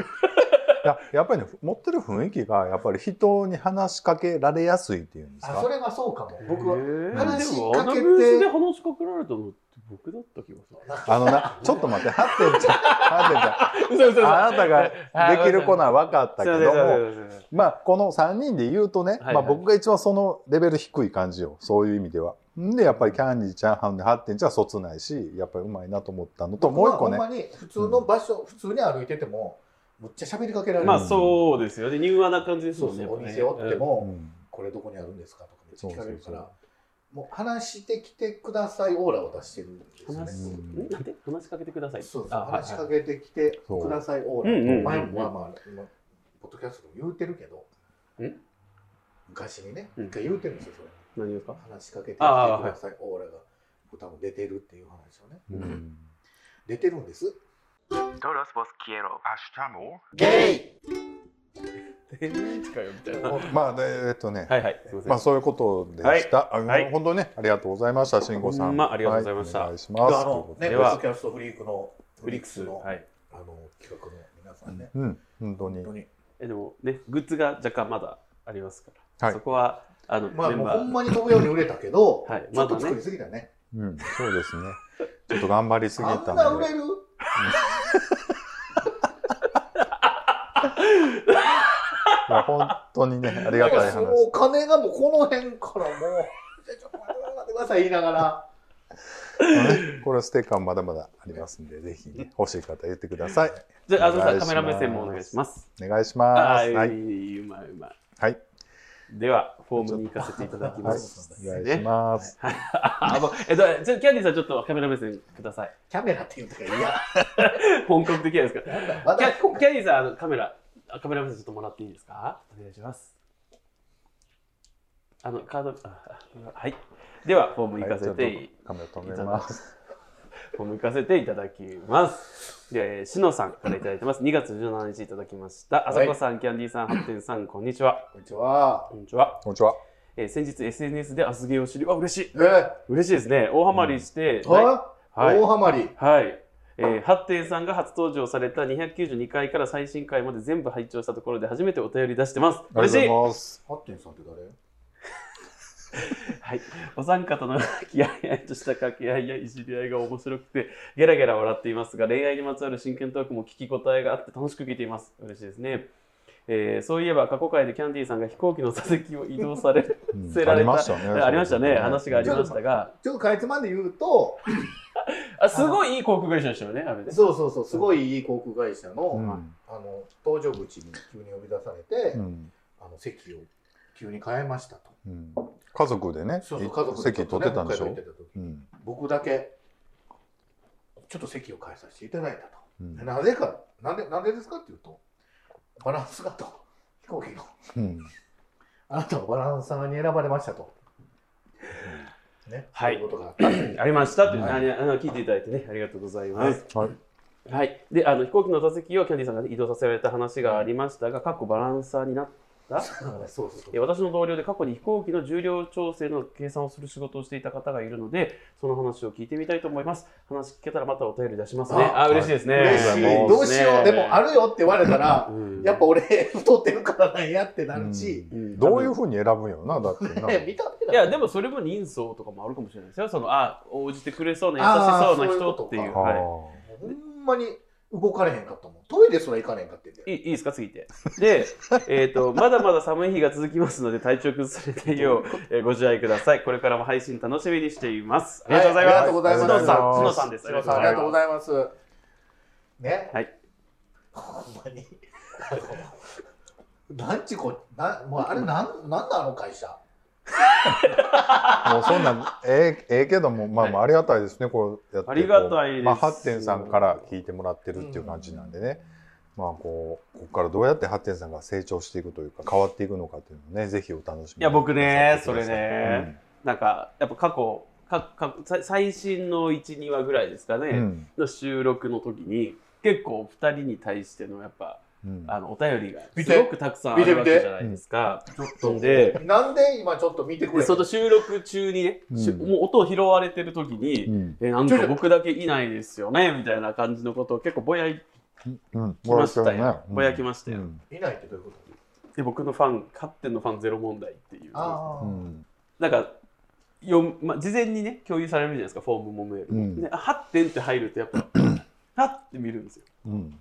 [SPEAKER 3] ややっぱりね持ってる雰囲気がやっぱり人に話しかけられやすいっていうんです
[SPEAKER 1] あそ
[SPEAKER 3] か。
[SPEAKER 1] れはそうかも僕は
[SPEAKER 2] は
[SPEAKER 1] 話しかけて
[SPEAKER 2] でもあのブースで話しかけられたのって僕だった気がする。
[SPEAKER 3] あのなちょっと待ってハッテンちゃんハ ッテンちゃん
[SPEAKER 2] 嘘嘘
[SPEAKER 3] あなたができる子なら分かったけども、
[SPEAKER 2] も。
[SPEAKER 3] まあ、この3人で言うとね、
[SPEAKER 2] はいはい
[SPEAKER 3] まあ、僕が一番そのレベル低い感じよ、そういう意味では。んで、やっぱりキャンディーちゃん、ハンディーハッテンちゃんはそつないし、やっぱりうまいなと思ったのと、もう一個ね
[SPEAKER 1] ほん、まに普通の場所、普通に歩いててもむっちゃ喋りかけられる。
[SPEAKER 2] まあそうですよね。柔和な感じです
[SPEAKER 1] そ
[SPEAKER 2] も
[SPEAKER 1] うんそ
[SPEAKER 2] ね。
[SPEAKER 1] うお店おって
[SPEAKER 3] う
[SPEAKER 1] も、
[SPEAKER 3] ん
[SPEAKER 1] これどこにあるんですかとかめっちゃ聞かれるから
[SPEAKER 3] そうそうそ
[SPEAKER 1] もう話してきてくださいオーラを出してるんですよ
[SPEAKER 2] 話す、
[SPEAKER 1] ね。
[SPEAKER 3] うん
[SPEAKER 2] んなんて話しかけてください。
[SPEAKER 1] そうそう
[SPEAKER 2] あはいはい
[SPEAKER 1] 話しかけてきてくださいオーラ。
[SPEAKER 2] うんうんうんうん
[SPEAKER 1] 前もまあまあ今ポッドキャストでも言うてるけど
[SPEAKER 2] ん、
[SPEAKER 1] 昔にね
[SPEAKER 2] うん
[SPEAKER 1] 一回言うてるんですよ。それ
[SPEAKER 2] 何ですか。
[SPEAKER 1] 話しかけてきてくださいオーラが多分出てるっていう話をね。
[SPEAKER 3] うん
[SPEAKER 1] 出てるんです。イ
[SPEAKER 2] 全然近いよみたいな。は
[SPEAKER 3] まあ、でえっとね、
[SPEAKER 2] いはい。すみ
[SPEAKER 3] ま
[SPEAKER 2] ま
[SPEAKER 3] あ、
[SPEAKER 2] せん。
[SPEAKER 3] そういうことでした。あの
[SPEAKER 2] はい
[SPEAKER 3] 本当にね、ありがとうございました、慎吾さ
[SPEAKER 2] ほ
[SPEAKER 3] ん。
[SPEAKER 2] んまありがとうございました
[SPEAKER 3] はお願いします。
[SPEAKER 1] あのね、
[SPEAKER 2] で
[SPEAKER 1] ポ
[SPEAKER 2] は
[SPEAKER 1] ッドキャストフリークのフリックスの、
[SPEAKER 2] はい。
[SPEAKER 1] あの企画の皆さんね、
[SPEAKER 3] うん、本当に
[SPEAKER 1] 本当。に、
[SPEAKER 2] えでもねグッズが若干まだありますから。
[SPEAKER 3] はい
[SPEAKER 2] そこはあの、
[SPEAKER 1] まあ
[SPEAKER 2] メン
[SPEAKER 1] もう
[SPEAKER 2] バ
[SPEAKER 1] ほん
[SPEAKER 2] ー。
[SPEAKER 1] まに飛ぶように売れたけど、
[SPEAKER 2] はい
[SPEAKER 1] ちょっ
[SPEAKER 2] ま
[SPEAKER 1] と
[SPEAKER 2] だね
[SPEAKER 1] 作りすぎたね。
[SPEAKER 3] うん、そうですね。ちょっと頑張りすぎ
[SPEAKER 1] あ
[SPEAKER 3] た
[SPEAKER 1] んな
[SPEAKER 3] の
[SPEAKER 1] 売
[SPEAKER 3] で
[SPEAKER 1] れ。る？
[SPEAKER 3] いや本当にね、あり
[SPEAKER 1] な
[SPEAKER 3] が
[SPEAKER 1] んか
[SPEAKER 3] たい
[SPEAKER 1] そ
[SPEAKER 3] 話
[SPEAKER 1] の。お金がもうこの辺からもう、ちょっと待ってください言いながら、
[SPEAKER 3] ねこれステッカーもまだまだありますんで、ぜひね、欲しい方言ってください。
[SPEAKER 2] じゃああの
[SPEAKER 3] お願
[SPEAKER 2] さ
[SPEAKER 3] いしま
[SPEAKER 2] カ
[SPEAKER 3] す
[SPEAKER 2] メラ目線もお願いします。
[SPEAKER 3] お願いしま
[SPEAKER 2] は
[SPEAKER 3] す。
[SPEAKER 2] い。
[SPEAKER 3] は。
[SPEAKER 2] はいいうまいうまい。
[SPEAKER 3] はい。
[SPEAKER 2] ではフォームに行かせていただきま
[SPEAKER 3] はい
[SPEAKER 2] す。
[SPEAKER 3] お願いします。
[SPEAKER 2] ああのえっとじゃあキャンディーさんちょっとカメラ目線ください。
[SPEAKER 1] キャメラって言うとかいや、
[SPEAKER 2] 本格的じゃないですか。
[SPEAKER 1] なんだま
[SPEAKER 2] キ
[SPEAKER 1] だ
[SPEAKER 2] ャキャディーさんあのカメラあカメラ目線ちょっともらっていいですかお願いしますあのカードああはいではフォーム行かせて、
[SPEAKER 3] はいカメラ止めます。
[SPEAKER 2] フォーム行かせていただきますでえーしのさんからいただいてます2月17日いただきましたあ
[SPEAKER 1] い
[SPEAKER 2] さこさんキャンディーさん発展さんこんにちは
[SPEAKER 1] こんにちは。
[SPEAKER 2] こんにちは、
[SPEAKER 3] こんにちは。
[SPEAKER 2] えー先日 SNS でアスゲーを知りわ嬉しい
[SPEAKER 1] えー、
[SPEAKER 2] 嬉しいですね大ハマりして、
[SPEAKER 1] は
[SPEAKER 2] はい
[SPEAKER 1] 大ハマり。
[SPEAKER 2] はい。えー、ハッテンさんが初登場された292回から最新回まで全部拝聴したところで初めてお便り出してます。
[SPEAKER 3] ありが
[SPEAKER 2] 嬉し
[SPEAKER 3] とう
[SPEAKER 2] い
[SPEAKER 3] ございます。
[SPEAKER 1] ハッテンさんって誰？
[SPEAKER 2] はい。お三方の気合いとした掛け合いやいじり合いが面白くて、ゲラゲラ笑っていますが、恋愛にまつわる真剣トークも聞き応えがあって楽しく聞いています。嬉しいですね。えー、そういえば過去回でキャンディーさんが飛行機の座席を移動される、
[SPEAKER 3] うん
[SPEAKER 2] せられた
[SPEAKER 3] したね
[SPEAKER 2] ありましたね、話がありましたが、
[SPEAKER 1] ちょっとかいつまんで言うと、
[SPEAKER 2] あすごいいい航空会社でしたよね、あれね。
[SPEAKER 1] そうそうそう、すごいいい航空会社の、
[SPEAKER 3] うん
[SPEAKER 1] あの搭乗口に急に呼び出されて、
[SPEAKER 3] うん
[SPEAKER 1] あの席を急に変えましたと。
[SPEAKER 3] うん家族でね、
[SPEAKER 1] そうそう家族
[SPEAKER 3] 席取ってたんでし
[SPEAKER 1] ちょっと
[SPEAKER 3] ょ
[SPEAKER 1] ね北海道行ってた時
[SPEAKER 3] うん
[SPEAKER 1] 僕だけちょっと席を変えさせていただいたと。
[SPEAKER 3] うん
[SPEAKER 1] なぜかなんでなんでですかっていうとバランスがと飛行機の
[SPEAKER 3] うん
[SPEAKER 1] あなたはバランサーに選ばれましたと。ね、
[SPEAKER 2] はい
[SPEAKER 1] そういうことがあったんで
[SPEAKER 2] ありましたって、
[SPEAKER 1] はい
[SPEAKER 2] あのあの聞いていただいてね、ありがとうございます。
[SPEAKER 3] はい
[SPEAKER 2] はい、であの飛行機の座席をキャンディーさんが移動させられた話がありましたが、過去バランサーになった
[SPEAKER 1] そうそう
[SPEAKER 2] え
[SPEAKER 1] そう。
[SPEAKER 2] 私の同僚で過去に飛行機の重量調整の計算をする仕事をしていた方がいるので、その話を聞いてみたいと思います。話聞けたらまたお便り出しますね。
[SPEAKER 1] あ
[SPEAKER 2] あ嬉しいですね。
[SPEAKER 1] 嬉しい。どうしよう。でもあ
[SPEAKER 2] る、
[SPEAKER 1] るよって言われたら、
[SPEAKER 2] うん
[SPEAKER 1] やっぱ俺太ってるからなんやってな
[SPEAKER 3] う
[SPEAKER 1] るし、
[SPEAKER 3] んどういうふうに選ぶんよな、だってな。
[SPEAKER 1] ね見た目だ
[SPEAKER 2] いやでもそれも人相とかもあるかもしれないですよ。そのあ応じてくれそうな優しそうな人っていう。
[SPEAKER 1] あーそういうことか
[SPEAKER 2] はい
[SPEAKER 3] は
[SPEAKER 1] ほんまに動かれへんかったもん。トイレすら行かれへんかってんだよ
[SPEAKER 2] いいいいですか、次いて。で、えーと、まだまだ寒い日が続きますので、体調崩されないよう、えーご自愛ください。これからも配信楽しみにしています。ありがとうございます。
[SPEAKER 1] はありがとうございます。
[SPEAKER 3] 篠田さん
[SPEAKER 2] 篠田さんです
[SPEAKER 1] 篠田さん、ありがとうございます。ね。
[SPEAKER 2] はい。
[SPEAKER 1] ほんまに。なんちこ、な、もうあれ、なん、なんだあの会社。
[SPEAKER 3] あもうそんなん、ええええけども、まあまあありがたいですね、こうやってこ
[SPEAKER 2] あ
[SPEAKER 3] う。
[SPEAKER 2] りがたいです
[SPEAKER 3] まあ、ハッテンさんから聞いてもらってるっていう感じなんでね。まあこうここからどうやって発展さんが成長していくというか変わっていくのかっていうのをねぜひお楽しみに
[SPEAKER 2] いや僕ね
[SPEAKER 3] なさってください
[SPEAKER 2] それね、なんかやっぱ過去かかさ最新の12話ぐらいですかね、
[SPEAKER 3] うんうん
[SPEAKER 2] の収録の時に結構2人に対してのやっぱ
[SPEAKER 3] うん
[SPEAKER 2] あのお便りが
[SPEAKER 1] 見て
[SPEAKER 2] すごくたくさんあるわけじゃないですか。
[SPEAKER 1] ちょっ
[SPEAKER 2] そ
[SPEAKER 1] と
[SPEAKER 2] んで
[SPEAKER 1] なんで今ちょっと見てく
[SPEAKER 2] で
[SPEAKER 1] れ
[SPEAKER 2] その収録中にね、し
[SPEAKER 3] うん
[SPEAKER 2] もう音を拾われてる時
[SPEAKER 3] う
[SPEAKER 2] に、
[SPEAKER 3] ん
[SPEAKER 2] えなんか僕だけいないですよねみたいな感じのことを結構ぼやき
[SPEAKER 3] うん
[SPEAKER 2] ましたよ。
[SPEAKER 3] うん
[SPEAKER 2] ぼやきましたよ。
[SPEAKER 3] うん
[SPEAKER 1] いないってどういうこと
[SPEAKER 2] で僕のファン、勝手のファンゼロ問題っていう。
[SPEAKER 1] あ
[SPEAKER 3] う
[SPEAKER 1] あ、
[SPEAKER 3] ん
[SPEAKER 2] なんかよん、まあ、事前にね、共有されるじゃないですか、フォームもメールも。
[SPEAKER 3] うん
[SPEAKER 2] で、あ8点って入ると、やっ ぱ、はって見るんですよ。
[SPEAKER 3] うん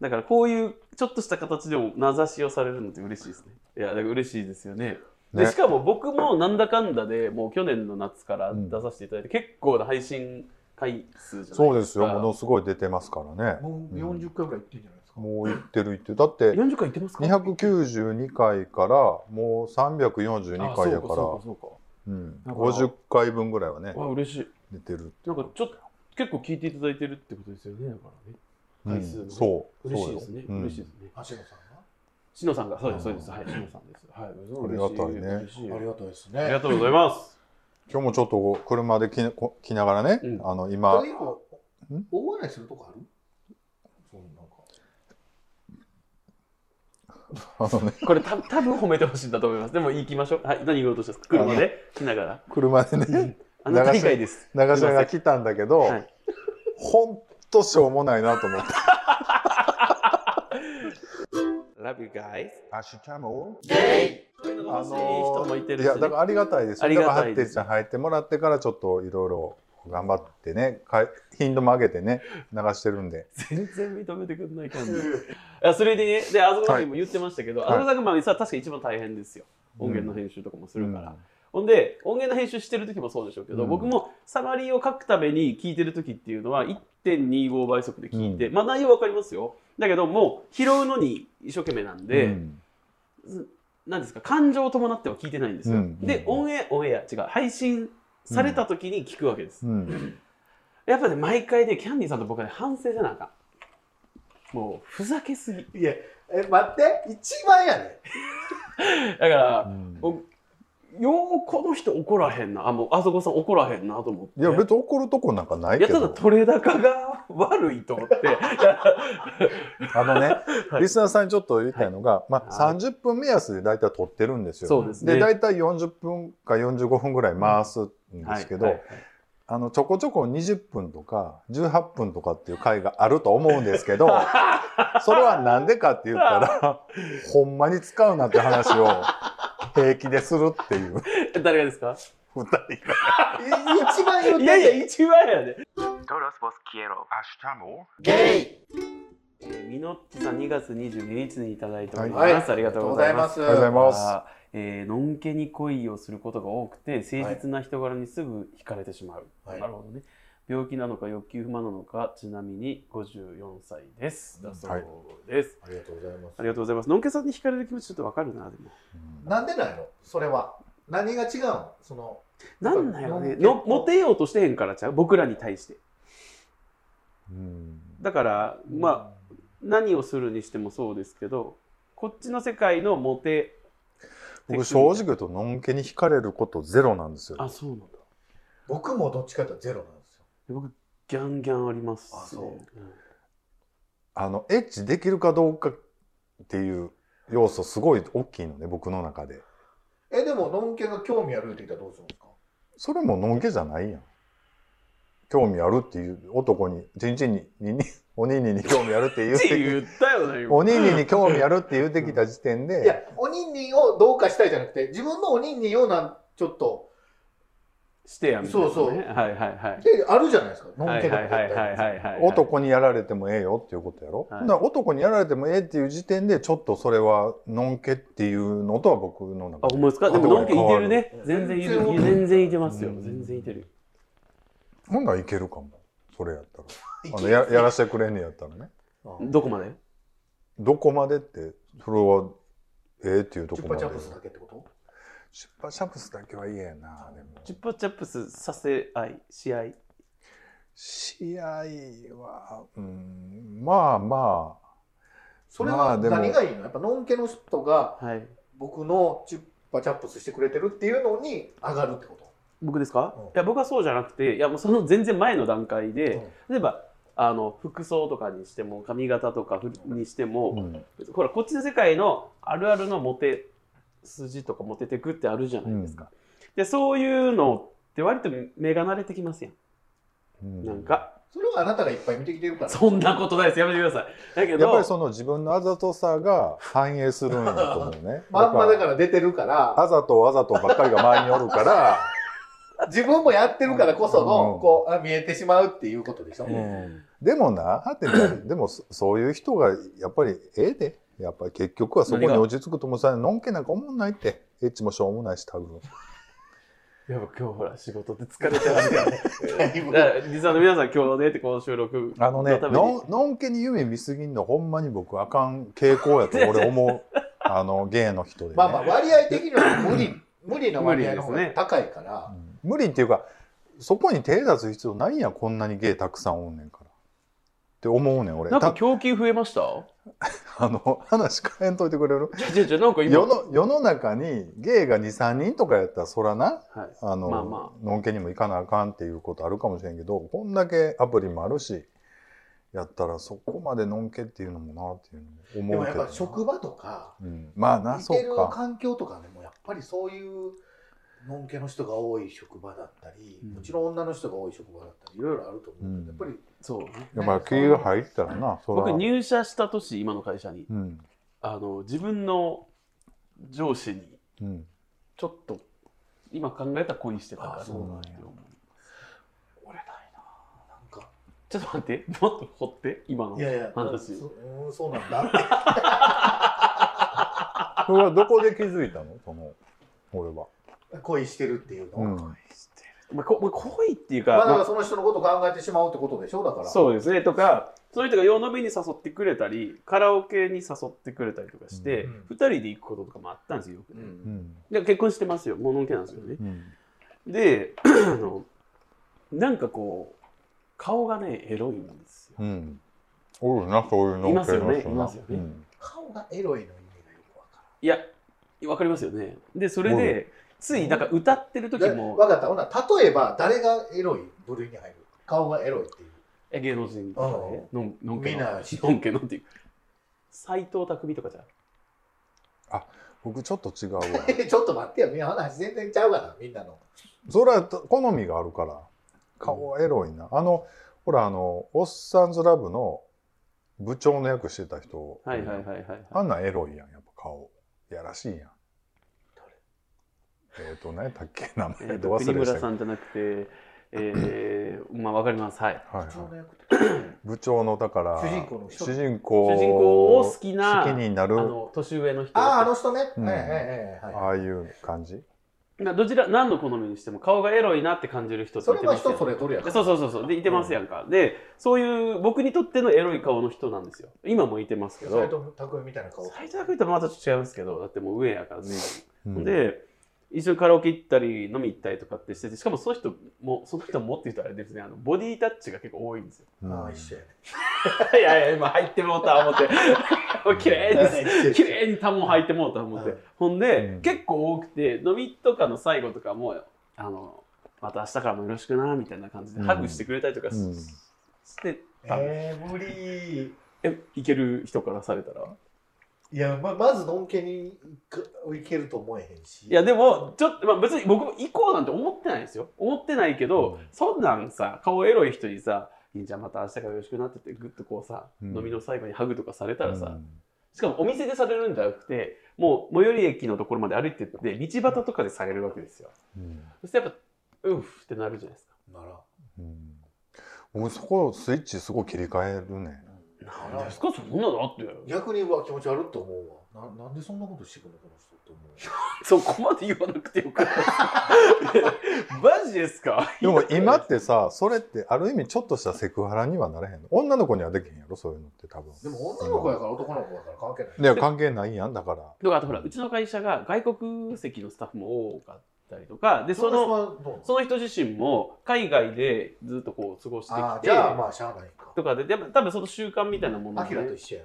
[SPEAKER 2] だから、こういうちょっとした形でも名指しをされるのって嬉しいですね。いや、だから嬉しいですよね。で
[SPEAKER 3] ね
[SPEAKER 2] しかも僕もなんだかんだでもう去年の夏から出させていただいて、結構な配信回数じゃないですか。
[SPEAKER 3] そうですよものすごい出てますからね
[SPEAKER 1] もう40回ぐらい行ってんじゃないですか。
[SPEAKER 3] もう言ってる言ってるだって
[SPEAKER 2] 40回いってますか
[SPEAKER 3] 292回からもう342
[SPEAKER 2] あ
[SPEAKER 3] 回だか
[SPEAKER 2] そうそ
[SPEAKER 3] ら
[SPEAKER 2] うか
[SPEAKER 3] うん、
[SPEAKER 2] だから
[SPEAKER 3] 50回分ぐらいはね
[SPEAKER 2] そうか。あ、嬉しい。
[SPEAKER 3] 出てる
[SPEAKER 2] なんかちょっと結構聞いていただいてるってことですよね。だからね。
[SPEAKER 3] うん
[SPEAKER 2] 回数もね
[SPEAKER 3] そう
[SPEAKER 2] 嬉しいですね。
[SPEAKER 3] そうようん
[SPEAKER 2] 嬉しいですね。
[SPEAKER 1] あしのさんが
[SPEAKER 2] しのさんがそうですそうです。はい、しのさんです。はい、
[SPEAKER 3] ありがたいね
[SPEAKER 2] 嬉しい
[SPEAKER 1] ありがたいです
[SPEAKER 2] あり
[SPEAKER 1] ね
[SPEAKER 2] が。とうございます。
[SPEAKER 3] 今日もちょっとこう車で来なこ来ながらね、
[SPEAKER 2] うん
[SPEAKER 3] あの
[SPEAKER 1] こ
[SPEAKER 3] 今
[SPEAKER 1] れ以降
[SPEAKER 3] ん
[SPEAKER 1] 大笑いするとこあるそうなんか。
[SPEAKER 3] あの、ね、
[SPEAKER 2] これた多分褒めてほしいんだと思います。でも行きましょう。はい、何言おうとしたんですか。車で来ながら。
[SPEAKER 3] 車でね
[SPEAKER 2] あなた以外です。
[SPEAKER 3] 長島が来たんだけど、
[SPEAKER 2] はい
[SPEAKER 3] ほんとしょうもないなと思って
[SPEAKER 2] Love you guys。あ
[SPEAKER 3] あ
[SPEAKER 2] の人
[SPEAKER 3] の
[SPEAKER 2] もいてる
[SPEAKER 3] ーい
[SPEAKER 2] しね
[SPEAKER 3] やだからありがたいです
[SPEAKER 2] あ
[SPEAKER 3] よ
[SPEAKER 2] り
[SPEAKER 3] だ
[SPEAKER 2] がた
[SPEAKER 3] からハ
[SPEAKER 2] い
[SPEAKER 3] ッ
[SPEAKER 2] で
[SPEAKER 3] テ
[SPEAKER 2] す
[SPEAKER 3] ちゃん入ってもらってからちょっといろいろ頑張ってねかい頻度も上げてね流してるんで
[SPEAKER 2] 全然認めてくれない感じ。いやそれでね、で、あずさんにも言ってましたけど、
[SPEAKER 3] は
[SPEAKER 2] あ
[SPEAKER 3] い
[SPEAKER 2] ずさんがまあ実は確か一番大変ですよ。音源の編集とかもするから。ほんで、音源の編集してる時もそうでしょうけど、
[SPEAKER 3] うん
[SPEAKER 2] 僕もサマリーを書くために聞いてる時っていうのは、1.25倍速で聞いて、まあ内容わかりますよ。だけど、もう拾うのに一生懸命なんで、
[SPEAKER 3] うん
[SPEAKER 2] なんですか、感情を伴っては聞いてないんですよ。
[SPEAKER 3] うん
[SPEAKER 2] で、オンエア、オンエア、違う、配信された時に聞くわけです。
[SPEAKER 3] うん
[SPEAKER 2] やっぱね、毎回ね、キャンディーさんと僕はね、反省じゃなあかん。もう、ふざけすぎ。
[SPEAKER 1] いや、え、待って、一番やで。
[SPEAKER 2] だから
[SPEAKER 3] う、ん
[SPEAKER 2] おようこの人怒らへんな。あ、もう、あそこさん怒らへんなと思って。
[SPEAKER 3] いや別に怒るとこなんかない
[SPEAKER 2] いや
[SPEAKER 3] けど
[SPEAKER 2] ただトレ高が悪いと 思って
[SPEAKER 3] あのね、
[SPEAKER 2] はい
[SPEAKER 3] リスナーさんにちょっと言いたいのが、まあ、
[SPEAKER 2] はい
[SPEAKER 3] 30分目安で大体撮ってるんですよ。
[SPEAKER 2] そうですね
[SPEAKER 3] で大体40分か45分ぐらい回すんですけど、
[SPEAKER 2] はいはい
[SPEAKER 3] あのちょこちょこ20分とか18分とかっていう回があると思うんですけど それはなんでかって言ったらほんまに使うなって話 を平気でするっていう
[SPEAKER 2] 誰がですか
[SPEAKER 3] 二人が
[SPEAKER 1] い一番言うて
[SPEAKER 2] い
[SPEAKER 1] ん
[SPEAKER 2] や
[SPEAKER 1] ねん
[SPEAKER 2] いや一番やで
[SPEAKER 1] ゲイ
[SPEAKER 2] えーみのっちさん2月22日にいただいております、
[SPEAKER 1] はい
[SPEAKER 2] ありがとうございます
[SPEAKER 1] あり
[SPEAKER 3] おはようござ
[SPEAKER 1] がと
[SPEAKER 3] い
[SPEAKER 1] う
[SPEAKER 3] ます。
[SPEAKER 2] あーえーのんけに恋をすることが多くて誠実な人柄にすぐ惹かれてしまう、
[SPEAKER 1] はい
[SPEAKER 2] なるほどね病気なのか欲求不満なのかちなみに54歳ですだそうです、
[SPEAKER 1] ありがとうございま
[SPEAKER 2] ありがとうございますのんけさんに惹かれる気持ちちょっとわかるなでも
[SPEAKER 1] なんでなんやろそれは。何が違うのその、
[SPEAKER 2] なんだよ
[SPEAKER 1] の
[SPEAKER 2] ね
[SPEAKER 1] んけ
[SPEAKER 2] のモテようとしてへんからちゃう僕らに対して
[SPEAKER 3] うん
[SPEAKER 2] だからまあ何をするにしてもそうですけどこっちの世界のモテ
[SPEAKER 3] 僕正直言うとのんけに惹かれることゼロなんですよ。
[SPEAKER 2] あそうなんだ
[SPEAKER 1] 僕もどっちかというとゼロなんですよ。
[SPEAKER 2] 僕ギャンギャンあります、
[SPEAKER 1] あそうん
[SPEAKER 3] あのエッチできるかどうかっていう要素すごい大きいのね僕の中で
[SPEAKER 1] え、でも、のんけが興味あるって言ったらどうするんですか
[SPEAKER 3] それものんけじゃないやん興味あるっていう男にちんちんにに におにんにに興味あるって言っ
[SPEAKER 2] ってて言ったよね今
[SPEAKER 3] おにんにに興味あるって言ってきた時点
[SPEAKER 1] いや
[SPEAKER 3] で、
[SPEAKER 1] おにんにんをどうかしたいじゃなくて、自分のおにんにんをなん、ちょっと、
[SPEAKER 2] してやみたいな、ね、
[SPEAKER 1] そうそう
[SPEAKER 2] はいはいはい
[SPEAKER 1] で、あるじゃないですか。の
[SPEAKER 2] は
[SPEAKER 1] ん
[SPEAKER 2] い
[SPEAKER 1] け
[SPEAKER 2] は
[SPEAKER 1] だ
[SPEAKER 2] い
[SPEAKER 1] っ
[SPEAKER 2] は
[SPEAKER 1] た
[SPEAKER 2] いはいはいはい
[SPEAKER 3] 男にやられてもええよっていうことやろ、
[SPEAKER 2] はい
[SPEAKER 3] ほんなら男にやられてもええっていう時点でちょっとそれはのんけっていうのとは僕の
[SPEAKER 2] あ思
[SPEAKER 3] 中
[SPEAKER 2] い
[SPEAKER 3] で
[SPEAKER 2] ますかでものんけいてるね
[SPEAKER 1] 変
[SPEAKER 2] 全
[SPEAKER 1] わる
[SPEAKER 2] 然いてる
[SPEAKER 1] 全然
[SPEAKER 2] 全然いてますよ
[SPEAKER 3] うん
[SPEAKER 2] 全然いてる
[SPEAKER 3] ほんならいけるかもそれやったらあのややらせてくれんねやったらね
[SPEAKER 2] どこまで
[SPEAKER 3] どこまでってそれはええっていうと
[SPEAKER 1] チュ
[SPEAKER 3] こ
[SPEAKER 1] ッ
[SPEAKER 3] ま
[SPEAKER 1] パ
[SPEAKER 3] で
[SPEAKER 1] チャプスだけってこと
[SPEAKER 3] チュッパチャプスだけは嫌やなでも
[SPEAKER 2] チュッパチャップスさせ合い試合
[SPEAKER 3] 試合はうんまあまあ
[SPEAKER 1] それ
[SPEAKER 3] ま
[SPEAKER 1] は
[SPEAKER 3] あでも
[SPEAKER 1] 何がいいのやっぱノンケの人が
[SPEAKER 2] はい。
[SPEAKER 1] 僕のチュッパチャップスしてくれてるっていうのに上がるってこと
[SPEAKER 2] 僕ですか、
[SPEAKER 1] うん
[SPEAKER 2] いや僕はそうじゃなくていやもうその全然前の段階で、例えばあの服装とかにしても髪型とかふにして
[SPEAKER 3] う
[SPEAKER 2] も、
[SPEAKER 3] ん
[SPEAKER 2] ほらこっちの世界のあるあるのモテ筋とかモテテクってあるじゃないですか、でそういうのって割と目が慣れてきますやん、
[SPEAKER 3] うん
[SPEAKER 2] なんか
[SPEAKER 1] それはあなたがいっぱい見てきてるから
[SPEAKER 2] そんなことないですやめてくださいだけど
[SPEAKER 3] やっぱりその自分のあざとさが反映するんだと思うね
[SPEAKER 1] まんまだ
[SPEAKER 3] ら
[SPEAKER 1] から出てるから
[SPEAKER 3] あざとあざとばっかりが周りにおるから、
[SPEAKER 1] 自分もやってるからこその、
[SPEAKER 3] うん
[SPEAKER 1] こうあ見えてしまうっていうことでしょ、
[SPEAKER 3] うん、でもなはてなでもそそういう人がやっぱりええでやっぱり結局はそこに
[SPEAKER 2] 何が
[SPEAKER 3] 落ち着くともさのんけなんか思んないってエッチもしょうもないし多分
[SPEAKER 2] やっぱ今日ほら仕事で疲れて はるから
[SPEAKER 1] だいぶ
[SPEAKER 2] だから実は皆さん今日ねってこの収録
[SPEAKER 3] あのね
[SPEAKER 2] ために
[SPEAKER 3] のんのんけに夢見すぎんのほんまに僕あかん傾向やと俺思うあの芸の人で、ね
[SPEAKER 1] まあまあ割合的には無理無理の割合の方
[SPEAKER 2] 無理
[SPEAKER 1] が
[SPEAKER 2] ですね
[SPEAKER 1] 高いから、
[SPEAKER 3] うん無理っていうかそこに手出す必要ないやんこんなに芸たくさんおんねんからって思うねん俺
[SPEAKER 2] なんか
[SPEAKER 3] た
[SPEAKER 2] 供給増え ました
[SPEAKER 3] あの話変えんといてくれる
[SPEAKER 2] じゃじゃじゃなんか今
[SPEAKER 3] 世の世の中に芸が23人とかやったらそらな
[SPEAKER 2] はい
[SPEAKER 3] あの、
[SPEAKER 2] まあま
[SPEAKER 3] のんけにも行かなあかんっていうことあるかもしれんけどこんだけアプリもあるしやったらそこまでのんけっていうのもなっていうの
[SPEAKER 1] で
[SPEAKER 3] も思
[SPEAKER 1] もや
[SPEAKER 3] うけ
[SPEAKER 1] っ
[SPEAKER 3] ど
[SPEAKER 1] ぱ
[SPEAKER 3] な
[SPEAKER 1] 職場とか
[SPEAKER 3] うん、まあな
[SPEAKER 1] 似
[SPEAKER 3] そ
[SPEAKER 1] てる
[SPEAKER 3] うか
[SPEAKER 1] 環境とかでもやっぱりそういうのんけの人が多い職場だったり、
[SPEAKER 2] うん
[SPEAKER 1] もちろん女の人が多い職場だったりいろいろあると思うけど、やっぱ
[SPEAKER 2] そう
[SPEAKER 1] り
[SPEAKER 3] やっぱ気が入ったらなそら
[SPEAKER 2] 僕入社した年今の会社に
[SPEAKER 3] うん
[SPEAKER 2] あの自分の上司に
[SPEAKER 3] うん
[SPEAKER 2] ちょっと今考えたら恋してたから
[SPEAKER 1] あそう
[SPEAKER 3] なんや
[SPEAKER 1] 折れないななんか
[SPEAKER 2] ちょっと待ってもっと掘って今の
[SPEAKER 1] いやいや
[SPEAKER 2] 話
[SPEAKER 1] そうんそうなんだって
[SPEAKER 3] それはどこで気づいたの その俺は、
[SPEAKER 1] 恋してるっていうのは、
[SPEAKER 3] うん
[SPEAKER 1] ま
[SPEAKER 2] まあ、こまあ恋っていうか、
[SPEAKER 1] あだか
[SPEAKER 2] ま
[SPEAKER 1] ら
[SPEAKER 2] あ
[SPEAKER 1] その人のことを考えてしまうってことでしょだから
[SPEAKER 2] そうですねとかそういう人が夜飲みに誘ってくれたりカラオケに誘ってくれたりとかして、
[SPEAKER 1] う
[SPEAKER 2] 二
[SPEAKER 1] ん
[SPEAKER 2] 2人で行くこととかもあったんですよよく
[SPEAKER 1] う
[SPEAKER 2] ね、
[SPEAKER 3] うんん
[SPEAKER 2] で結婚してますよもののけなんですよね
[SPEAKER 3] うん、
[SPEAKER 2] であのなんかこう顔がねエロいんですよ
[SPEAKER 3] うん、おるなそういうのんけの人ない
[SPEAKER 2] ますよねいますよね
[SPEAKER 3] うん
[SPEAKER 1] 顔がエロいの意味がよくわか
[SPEAKER 2] いや、わかりますよね。で、それで、ついなんか歌ってる時
[SPEAKER 1] る
[SPEAKER 2] も、
[SPEAKER 1] 分かったほな例えば誰がエロい部類に入る顔がエロいっていう
[SPEAKER 2] え芸能人とかね、のんのんけ
[SPEAKER 1] みん
[SPEAKER 2] の、
[SPEAKER 1] な
[SPEAKER 2] のんけのっていう。斎藤匠とかじゃん。
[SPEAKER 3] 僕ちょっと違うわ
[SPEAKER 1] え ちょっと待ってよ、みんな話全然ちゃうから、みんなの。
[SPEAKER 3] それは好みがあるから顔はエロいなあのほらあの「おっさんずラブ」の部長の役してた人
[SPEAKER 2] はいはいはいはい、
[SPEAKER 3] あ
[SPEAKER 2] はい。
[SPEAKER 3] んなんエロいやんやっぱ顔やらしいやんえっ、とねたっけ名
[SPEAKER 2] え
[SPEAKER 3] 前
[SPEAKER 2] ー
[SPEAKER 3] ど
[SPEAKER 2] と、
[SPEAKER 3] 忘
[SPEAKER 2] 国
[SPEAKER 3] れまし
[SPEAKER 2] 村
[SPEAKER 3] たけ
[SPEAKER 2] さんじゃなくて、えー、まあわかります。はい。
[SPEAKER 3] ど、はい
[SPEAKER 1] 部長
[SPEAKER 3] は
[SPEAKER 1] の役
[SPEAKER 3] い、部長のだから
[SPEAKER 1] 主人公の人
[SPEAKER 3] 主人公
[SPEAKER 2] 主人公を好きな
[SPEAKER 3] 好きにな
[SPEAKER 2] あ
[SPEAKER 3] る
[SPEAKER 2] の、年上の人。
[SPEAKER 1] ああ、あの人ね。
[SPEAKER 3] うん
[SPEAKER 1] はいはいはい
[SPEAKER 3] あ
[SPEAKER 1] は
[SPEAKER 3] あいう感じ
[SPEAKER 2] などちら、何の好みにしても顔がエロいなって感じる人
[SPEAKER 1] い。
[SPEAKER 2] っ
[SPEAKER 1] そ
[SPEAKER 2] て
[SPEAKER 1] れ
[SPEAKER 2] いて
[SPEAKER 1] は
[SPEAKER 2] ます
[SPEAKER 1] 人
[SPEAKER 2] よ
[SPEAKER 1] それぞれやか
[SPEAKER 2] で
[SPEAKER 1] ら。
[SPEAKER 2] そうそうそうそうでいてますやんか、でそういう僕にとってのエロい顔の人なんですよ今もいてますけど
[SPEAKER 1] 斎藤匠みたいな顔。
[SPEAKER 2] 斉藤君とまたちょっと違いますけどだってもう上やからね、
[SPEAKER 3] うん
[SPEAKER 2] で一緒にカラオケ行ったり飲み行ったりとかってしててしかもその人もその人もって言うとあれですねあのボディタッチが結構多いんですよ
[SPEAKER 3] うん
[SPEAKER 1] ああ、一緒やね。
[SPEAKER 2] いやいや今入ってもうた思 って綺麗です
[SPEAKER 1] です
[SPEAKER 2] 綺麗にタモン入ってもうた思って、
[SPEAKER 1] うん
[SPEAKER 2] ほんで、
[SPEAKER 3] うん
[SPEAKER 2] 結構多くて飲みとかの最後とかもあのまた明日からもよろしくなみたいな感じで
[SPEAKER 3] うん
[SPEAKER 2] ハグしてくれたりとかし,、
[SPEAKER 3] うん
[SPEAKER 2] して た、
[SPEAKER 1] えー、無理。
[SPEAKER 2] えいける人からされたら
[SPEAKER 1] いや、ままず、のんけにいけると思えへんし。
[SPEAKER 2] いやでもちょっと、まあ、別に僕も行こうなんて思ってないですよ思ってないけど、
[SPEAKER 3] うん
[SPEAKER 2] そんなんさ顔エロい人にさ「いいんじゃんまた明日からよろしくな」って言ってグッとこうさ、
[SPEAKER 3] うん
[SPEAKER 2] 飲みの最後にハグとかされたらさ、
[SPEAKER 3] うん
[SPEAKER 2] しかもお店でされるんじゃなくてもう最寄り駅のところまで歩いてって道端とかでされるわけですよ
[SPEAKER 3] うん
[SPEAKER 2] そしてやっぱ「うっ」ってなるじゃないですか
[SPEAKER 1] なら。
[SPEAKER 3] うん俺そこスイッチすごい切り替えるね
[SPEAKER 1] なら
[SPEAKER 2] ですかそんなのあって
[SPEAKER 1] 逆には気持ち悪いと思うわ。ななんでそんなことしてくるのこの人って思う。
[SPEAKER 2] そこまで言わなくてよかった マジですか
[SPEAKER 3] でも今ってさそれってある意味ちょっとしたセクハラにはならへんの女の子にはできへんやろそういうのって多分
[SPEAKER 1] でも女の子やから男の子やから関係ない。
[SPEAKER 3] いや関係ないやんだから
[SPEAKER 2] とかあとほらうちの会社が外国籍のスタッフも多かったりとかでそ
[SPEAKER 1] 人
[SPEAKER 2] の
[SPEAKER 1] はどうなの
[SPEAKER 2] その人自身も海外でずっとこう過ごしてき
[SPEAKER 1] ああ、
[SPEAKER 2] て
[SPEAKER 1] じゃあまあしゃあないか。
[SPEAKER 2] とかででも多分その習慣みたいなもの
[SPEAKER 1] アキ
[SPEAKER 2] で
[SPEAKER 1] ラと一緒や。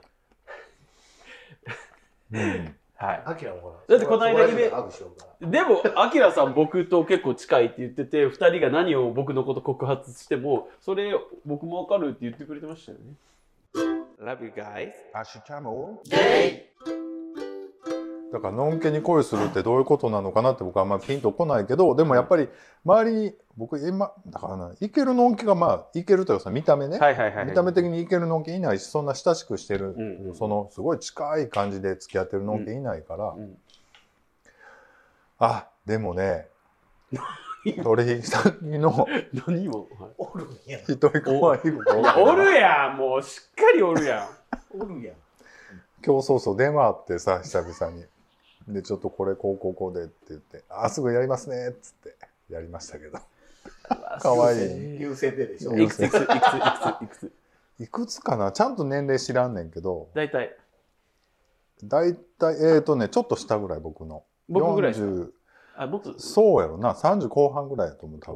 [SPEAKER 3] うん
[SPEAKER 2] はい。
[SPEAKER 1] アキラもほら。
[SPEAKER 2] だってこの間
[SPEAKER 1] イ
[SPEAKER 2] イベ
[SPEAKER 1] ハグしようから。
[SPEAKER 2] でも、アキラさん僕と結構近いって言ってて、二人が何を僕のこと告発しても、それ僕もわかるって言ってくれてましたよね。Love you guys.
[SPEAKER 3] アシュチャモだからのんけに恋するってどういうことなのかなって僕はあんまりピンとこないけどでもやっぱり周りに僕今だからなイケるのんけがまあイケるというかさ見た目ね、
[SPEAKER 2] はいはいはい。
[SPEAKER 3] 見た目的にイケるのんけいないしそんな親しくしてる、
[SPEAKER 2] うんうん
[SPEAKER 3] そのすごい近い感じで付き合ってるのんけいないから、
[SPEAKER 2] うん
[SPEAKER 3] あでもね鳥居さんの
[SPEAKER 2] 何今、はい
[SPEAKER 1] おるんや。
[SPEAKER 3] 一人可愛い子が
[SPEAKER 2] おるやんもうしっかりおるや
[SPEAKER 1] おるやん。
[SPEAKER 3] 今日そうそう電話あってさ久々にでちょっとこれこうこうこうでって言って「あすぐやりますね」っつってやりましたけど
[SPEAKER 2] ん。
[SPEAKER 3] かわい
[SPEAKER 2] い
[SPEAKER 1] 優先ででしょ。
[SPEAKER 2] いくついくついくついくついくつ
[SPEAKER 3] いくつかなちゃんと年齢知らんねんけど
[SPEAKER 2] 大体、
[SPEAKER 3] 大体えー、とねちょっと下ぐらい僕の
[SPEAKER 2] 僕ぐらいですか
[SPEAKER 3] 40
[SPEAKER 2] あ、もっと。
[SPEAKER 3] そうやろな30後半ぐらいやと思う多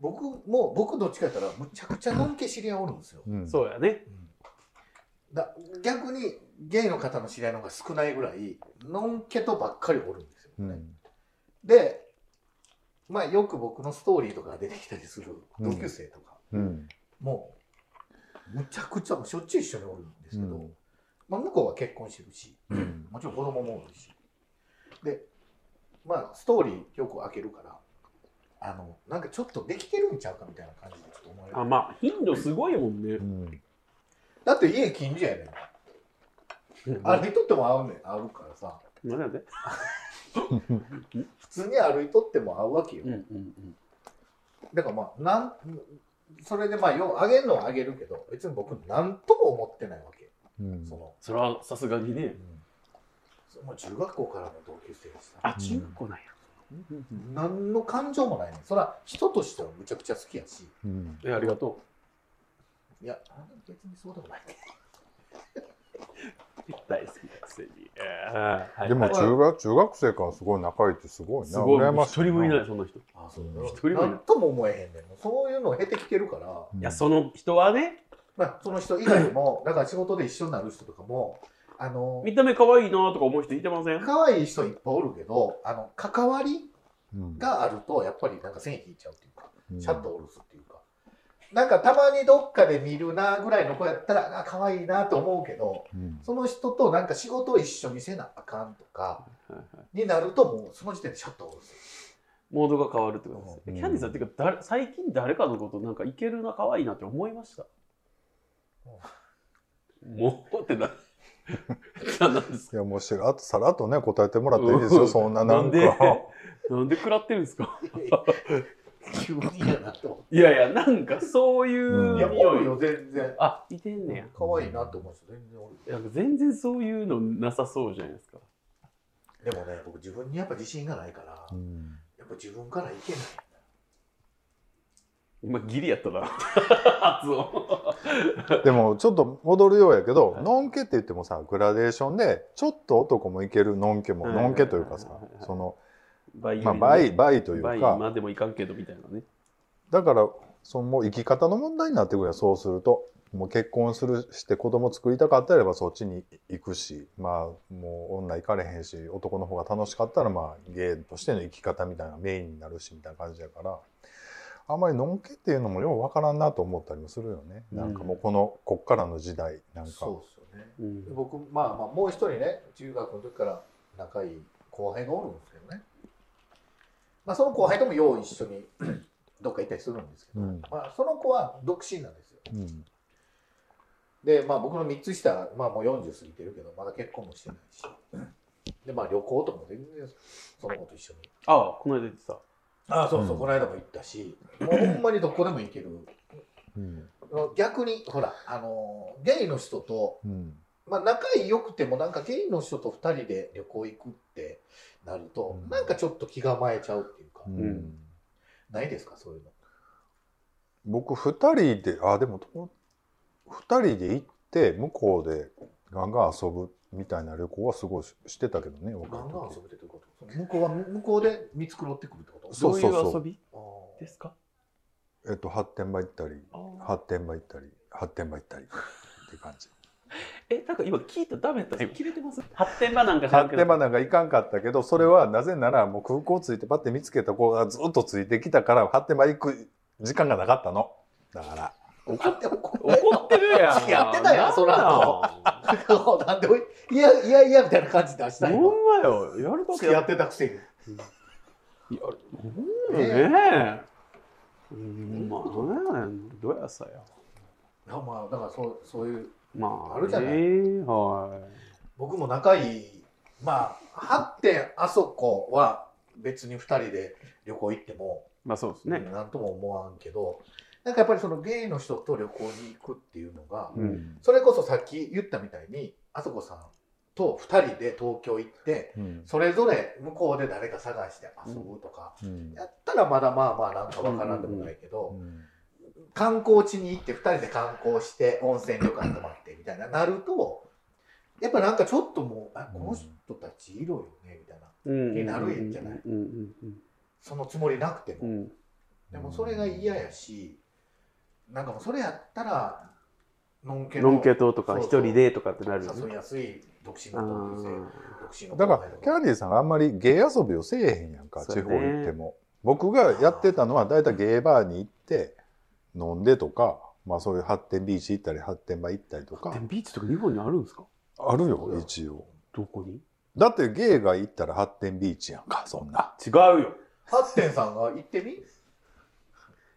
[SPEAKER 1] 僕も僕どっちかやったらむちゃくちゃのんけ知り合いおるんですよ。
[SPEAKER 3] 分、うん、
[SPEAKER 2] そうやね。
[SPEAKER 1] だ逆にゲイの方の知り合いの方が少ないぐらいのんけとばっかりおるんですよ、
[SPEAKER 3] う
[SPEAKER 1] ね
[SPEAKER 3] ん
[SPEAKER 1] でまあよく僕のストーリーとかが出てきたりする
[SPEAKER 3] うん
[SPEAKER 1] 同級生とか、
[SPEAKER 3] うん
[SPEAKER 1] もうむちゃくちゃもうしょっちゅう一緒におるんですけど、
[SPEAKER 3] うん
[SPEAKER 1] まあ、向こうは結婚してるし
[SPEAKER 3] うん
[SPEAKER 1] もちろん子供もおるしでまあストーリーよく開けるからあのなんかちょっとできてるんちゃうかみたいな感じでちょっと思われる
[SPEAKER 2] あ、まあ、頻度すごいもんね
[SPEAKER 3] う。ん
[SPEAKER 1] だって家近所やねん歩いとっても合うねん合うからさ、
[SPEAKER 2] なんだって。
[SPEAKER 1] 普通に歩いとっても合うわけよ、
[SPEAKER 2] うんうん
[SPEAKER 1] だからまあなんそれでまあよあげるのはあげるけど別に僕何とも思ってないわけ
[SPEAKER 3] うん
[SPEAKER 1] その、
[SPEAKER 2] それはさすがにね。
[SPEAKER 1] そもう中学校からの同級生です
[SPEAKER 2] あ、中学校なんや。
[SPEAKER 1] 何の感情もないねんそれは人としてはむちゃくちゃ好きやし
[SPEAKER 3] うん
[SPEAKER 2] え、ありがと
[SPEAKER 1] いや別にそうでもないけど
[SPEAKER 2] う。大好きなくせに。あーはい
[SPEAKER 3] でも中学中学生からすごい仲いいってすごいな
[SPEAKER 2] すごい。
[SPEAKER 3] 羨ま
[SPEAKER 2] 一
[SPEAKER 3] し
[SPEAKER 2] 人もいないい、そんな人。い
[SPEAKER 1] あそう
[SPEAKER 2] 一人もいない
[SPEAKER 1] 何とも思えへんねんもうそういうのを経てきてるから、
[SPEAKER 3] い
[SPEAKER 2] や、その人はね、
[SPEAKER 1] まあ、その人以外に もだから仕事で一緒になる人とかもあの
[SPEAKER 2] 見た目可愛いなとか思う人いてません
[SPEAKER 1] 可愛い人いっぱいおるけどあの関わり
[SPEAKER 3] うん
[SPEAKER 1] があるとやっぱりなんか線引いちゃうっていうか
[SPEAKER 3] うん
[SPEAKER 1] シャッと下ろすっていうか、なんかたまにどっかで見るなぐらいの子やったらあ可愛いなと思うけど
[SPEAKER 3] うん
[SPEAKER 1] その人となんか仕事を一緒にせなあかんとかになるともうその時点でシャッと下ろ す
[SPEAKER 2] モードが変わるってことです。
[SPEAKER 3] う
[SPEAKER 2] え
[SPEAKER 3] ん
[SPEAKER 2] キャンディーさんっていうか、誰最近誰かのことなんかいけるな、可愛いなって思いました。もうってな。なんです
[SPEAKER 3] いやもうしらっとさらっとね答えてもらっていいですよ、
[SPEAKER 2] うん
[SPEAKER 3] そんなな
[SPEAKER 2] なんん
[SPEAKER 3] か
[SPEAKER 2] でなんで食らってるんですか
[SPEAKER 1] 急にやなと思
[SPEAKER 2] いやいや、なんかそういうう
[SPEAKER 1] う
[SPEAKER 2] ん
[SPEAKER 3] い
[SPEAKER 1] いや
[SPEAKER 3] や
[SPEAKER 1] おる
[SPEAKER 2] 匂い。
[SPEAKER 1] よ全然
[SPEAKER 2] あ、いてんねや。
[SPEAKER 1] 可愛いなと思う人全然おる
[SPEAKER 2] なんか全然そういうのなさそうじゃないですか。
[SPEAKER 1] でもね僕自分にやっぱ自信がないから
[SPEAKER 3] うん
[SPEAKER 1] やっぱ自分からいけない
[SPEAKER 2] 今、ギリやったな。 発音。
[SPEAKER 3] でもちょっと戻るようやけど、
[SPEAKER 2] はい
[SPEAKER 3] のんけって言ってもさグラデーションでちょっと男もいけるのんけも、
[SPEAKER 2] はい
[SPEAKER 3] のんけというかさ、
[SPEAKER 2] はいはい
[SPEAKER 3] その、
[SPEAKER 2] バイ
[SPEAKER 3] まあ、バイバイという
[SPEAKER 2] バイ
[SPEAKER 3] か
[SPEAKER 2] までもいかんけどみたいなね。
[SPEAKER 3] だからそのもう生き方の問題になってくるやんそうするともう結婚するして子供作りたかったらばそっちに行くしまあもう女行かれへんし男の方が楽しかったらまあ芸としての生き方みたいなのがメインになるしみたいな感じやから。あんまりのんけっていうのもようわからんなと思ったりもするよね。なんかもうこのこっからの時代なんか。
[SPEAKER 1] そうですよね
[SPEAKER 2] うん
[SPEAKER 1] で僕まあまあもう一人ね中学の時から仲いい後輩がおるんですけどね、まあ、その後輩ともよう一緒 にどっか行ったりするんですけど、
[SPEAKER 3] うん
[SPEAKER 1] まあ、その子は独身なんですよ
[SPEAKER 3] うん
[SPEAKER 1] でまあ僕の3つ下まあもう40過ぎてるけどまだ結婚もしてないしでまあ旅行とかも全然その子と一緒に
[SPEAKER 2] ああ、この間言ってた。
[SPEAKER 1] ああそうそう、
[SPEAKER 3] うん
[SPEAKER 1] この間も行ったしもうほんまにどこでも行ける
[SPEAKER 3] うん
[SPEAKER 1] 逆にほらあのゲイの人と
[SPEAKER 3] うん
[SPEAKER 1] まあ、仲良くてもなんかゲイの人と2人で旅行行くってなると、
[SPEAKER 3] うん
[SPEAKER 1] なんかちょっと気構えちゃうっていうか、
[SPEAKER 3] うん
[SPEAKER 2] うん
[SPEAKER 1] ないですかそういうの
[SPEAKER 3] 僕2人であでもと2人で行って向こうでガンガン遊ぶみたいな旅行はすごいししてたけどね
[SPEAKER 1] ガンガン
[SPEAKER 3] 若い
[SPEAKER 1] 遊べてるってこと向こうは向こうで見繕ってくるってこと
[SPEAKER 3] そうそうそう
[SPEAKER 2] どういう遊びですか
[SPEAKER 3] 時えっと発展場行ったり
[SPEAKER 2] あー
[SPEAKER 3] 発展場行ったり発展場行ったりって感じ
[SPEAKER 2] え、なんか今聞いたダメだったんですか切れてます発展場なんか知らん
[SPEAKER 3] 発
[SPEAKER 2] け
[SPEAKER 3] 展
[SPEAKER 2] ど
[SPEAKER 3] 場なんかいかんかったけどそれはなぜならもう空港着いてパッて見つけた子がずっとついてきたから発展場行く時間がなかったのだから
[SPEAKER 1] 怒って怒って
[SPEAKER 2] 怒ってるやん。
[SPEAKER 1] やってたやんそら
[SPEAKER 2] な
[SPEAKER 1] もうなんでおいいやいやいやみたいな感じで出したい
[SPEAKER 2] んなん。
[SPEAKER 1] の
[SPEAKER 2] ほんまよ。やるこ
[SPEAKER 1] 付き
[SPEAKER 2] と
[SPEAKER 1] 合
[SPEAKER 2] や
[SPEAKER 1] ってたくせに
[SPEAKER 2] る
[SPEAKER 1] ね
[SPEAKER 2] ねえ。うん、まあ、なんやねんどやさや。
[SPEAKER 1] いやまあだからそうそういう
[SPEAKER 2] まあ、
[SPEAKER 1] あるじゃない
[SPEAKER 2] ねは
[SPEAKER 1] 僕も仲いいまあ発展あそこは別に2人で旅行行っても
[SPEAKER 2] い。まあ、そうですね。
[SPEAKER 1] なんとも思わんけどなんかやっぱりそのゲイの人と旅行に行くっていうのが、
[SPEAKER 2] うん
[SPEAKER 1] それこそさっき言ったみたいにあそこさんと2人で東京行って
[SPEAKER 3] うん
[SPEAKER 1] それぞれ向こうで誰か探して遊ぶとか、
[SPEAKER 3] うん
[SPEAKER 1] やったらまだまあまあなんかわからんでもないけど、
[SPEAKER 3] うん
[SPEAKER 1] 観光地に行って2人で観光して温泉旅館泊まってみたいななるとやっぱなんかちょっともうあこの人たちいるよねみたいな
[SPEAKER 2] に
[SPEAKER 1] になるんじゃない
[SPEAKER 2] うんうん
[SPEAKER 1] そのつもりなくても
[SPEAKER 2] うんう。ん。
[SPEAKER 1] でもそれが嫌やし、なんかもうそれやったら、のんけ
[SPEAKER 2] ロンケ党とか
[SPEAKER 1] そう
[SPEAKER 2] 一
[SPEAKER 1] そう
[SPEAKER 2] 人でとかってなるんです
[SPEAKER 1] 誘いやすい独身
[SPEAKER 2] あ
[SPEAKER 1] の同級生、
[SPEAKER 2] ー
[SPEAKER 1] 独身の
[SPEAKER 3] だ
[SPEAKER 1] 後
[SPEAKER 3] か
[SPEAKER 1] 輩
[SPEAKER 3] ら
[SPEAKER 1] と
[SPEAKER 3] キャディーさんがあんまり芸遊びをせえへんやんか、
[SPEAKER 2] そう
[SPEAKER 3] 地
[SPEAKER 2] やね
[SPEAKER 3] 方行っても僕がやってたのは大体ゲーバーに行って飲んでとか、まあ、そういう発展ビーチ行ったり発展場行ったりとか
[SPEAKER 2] でビーチとか日本にあるんですか
[SPEAKER 3] あるよ一応
[SPEAKER 2] どこに
[SPEAKER 3] だってゲイが行ったら発展ビーチやんかそ んな
[SPEAKER 2] 違うよ。
[SPEAKER 1] ハッテンさんが行ってみ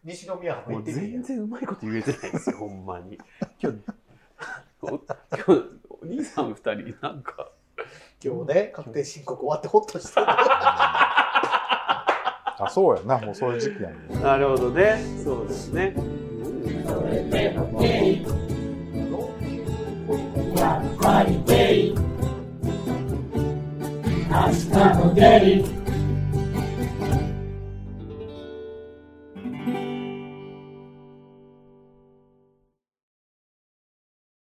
[SPEAKER 1] 西宮浜
[SPEAKER 2] も
[SPEAKER 1] 行っ
[SPEAKER 2] う
[SPEAKER 1] てみ
[SPEAKER 2] 全
[SPEAKER 1] や
[SPEAKER 2] 然うまいこと言えてない ですよ、ほんまに。 今日、お今日お兄さん二人、なんか、
[SPEAKER 1] 今日ね、確定申告終わってほっとした。
[SPEAKER 3] あそうやなもうそういう時期やん
[SPEAKER 2] なるほどね、そうですね。うん
[SPEAKER 5] 明日もゲイ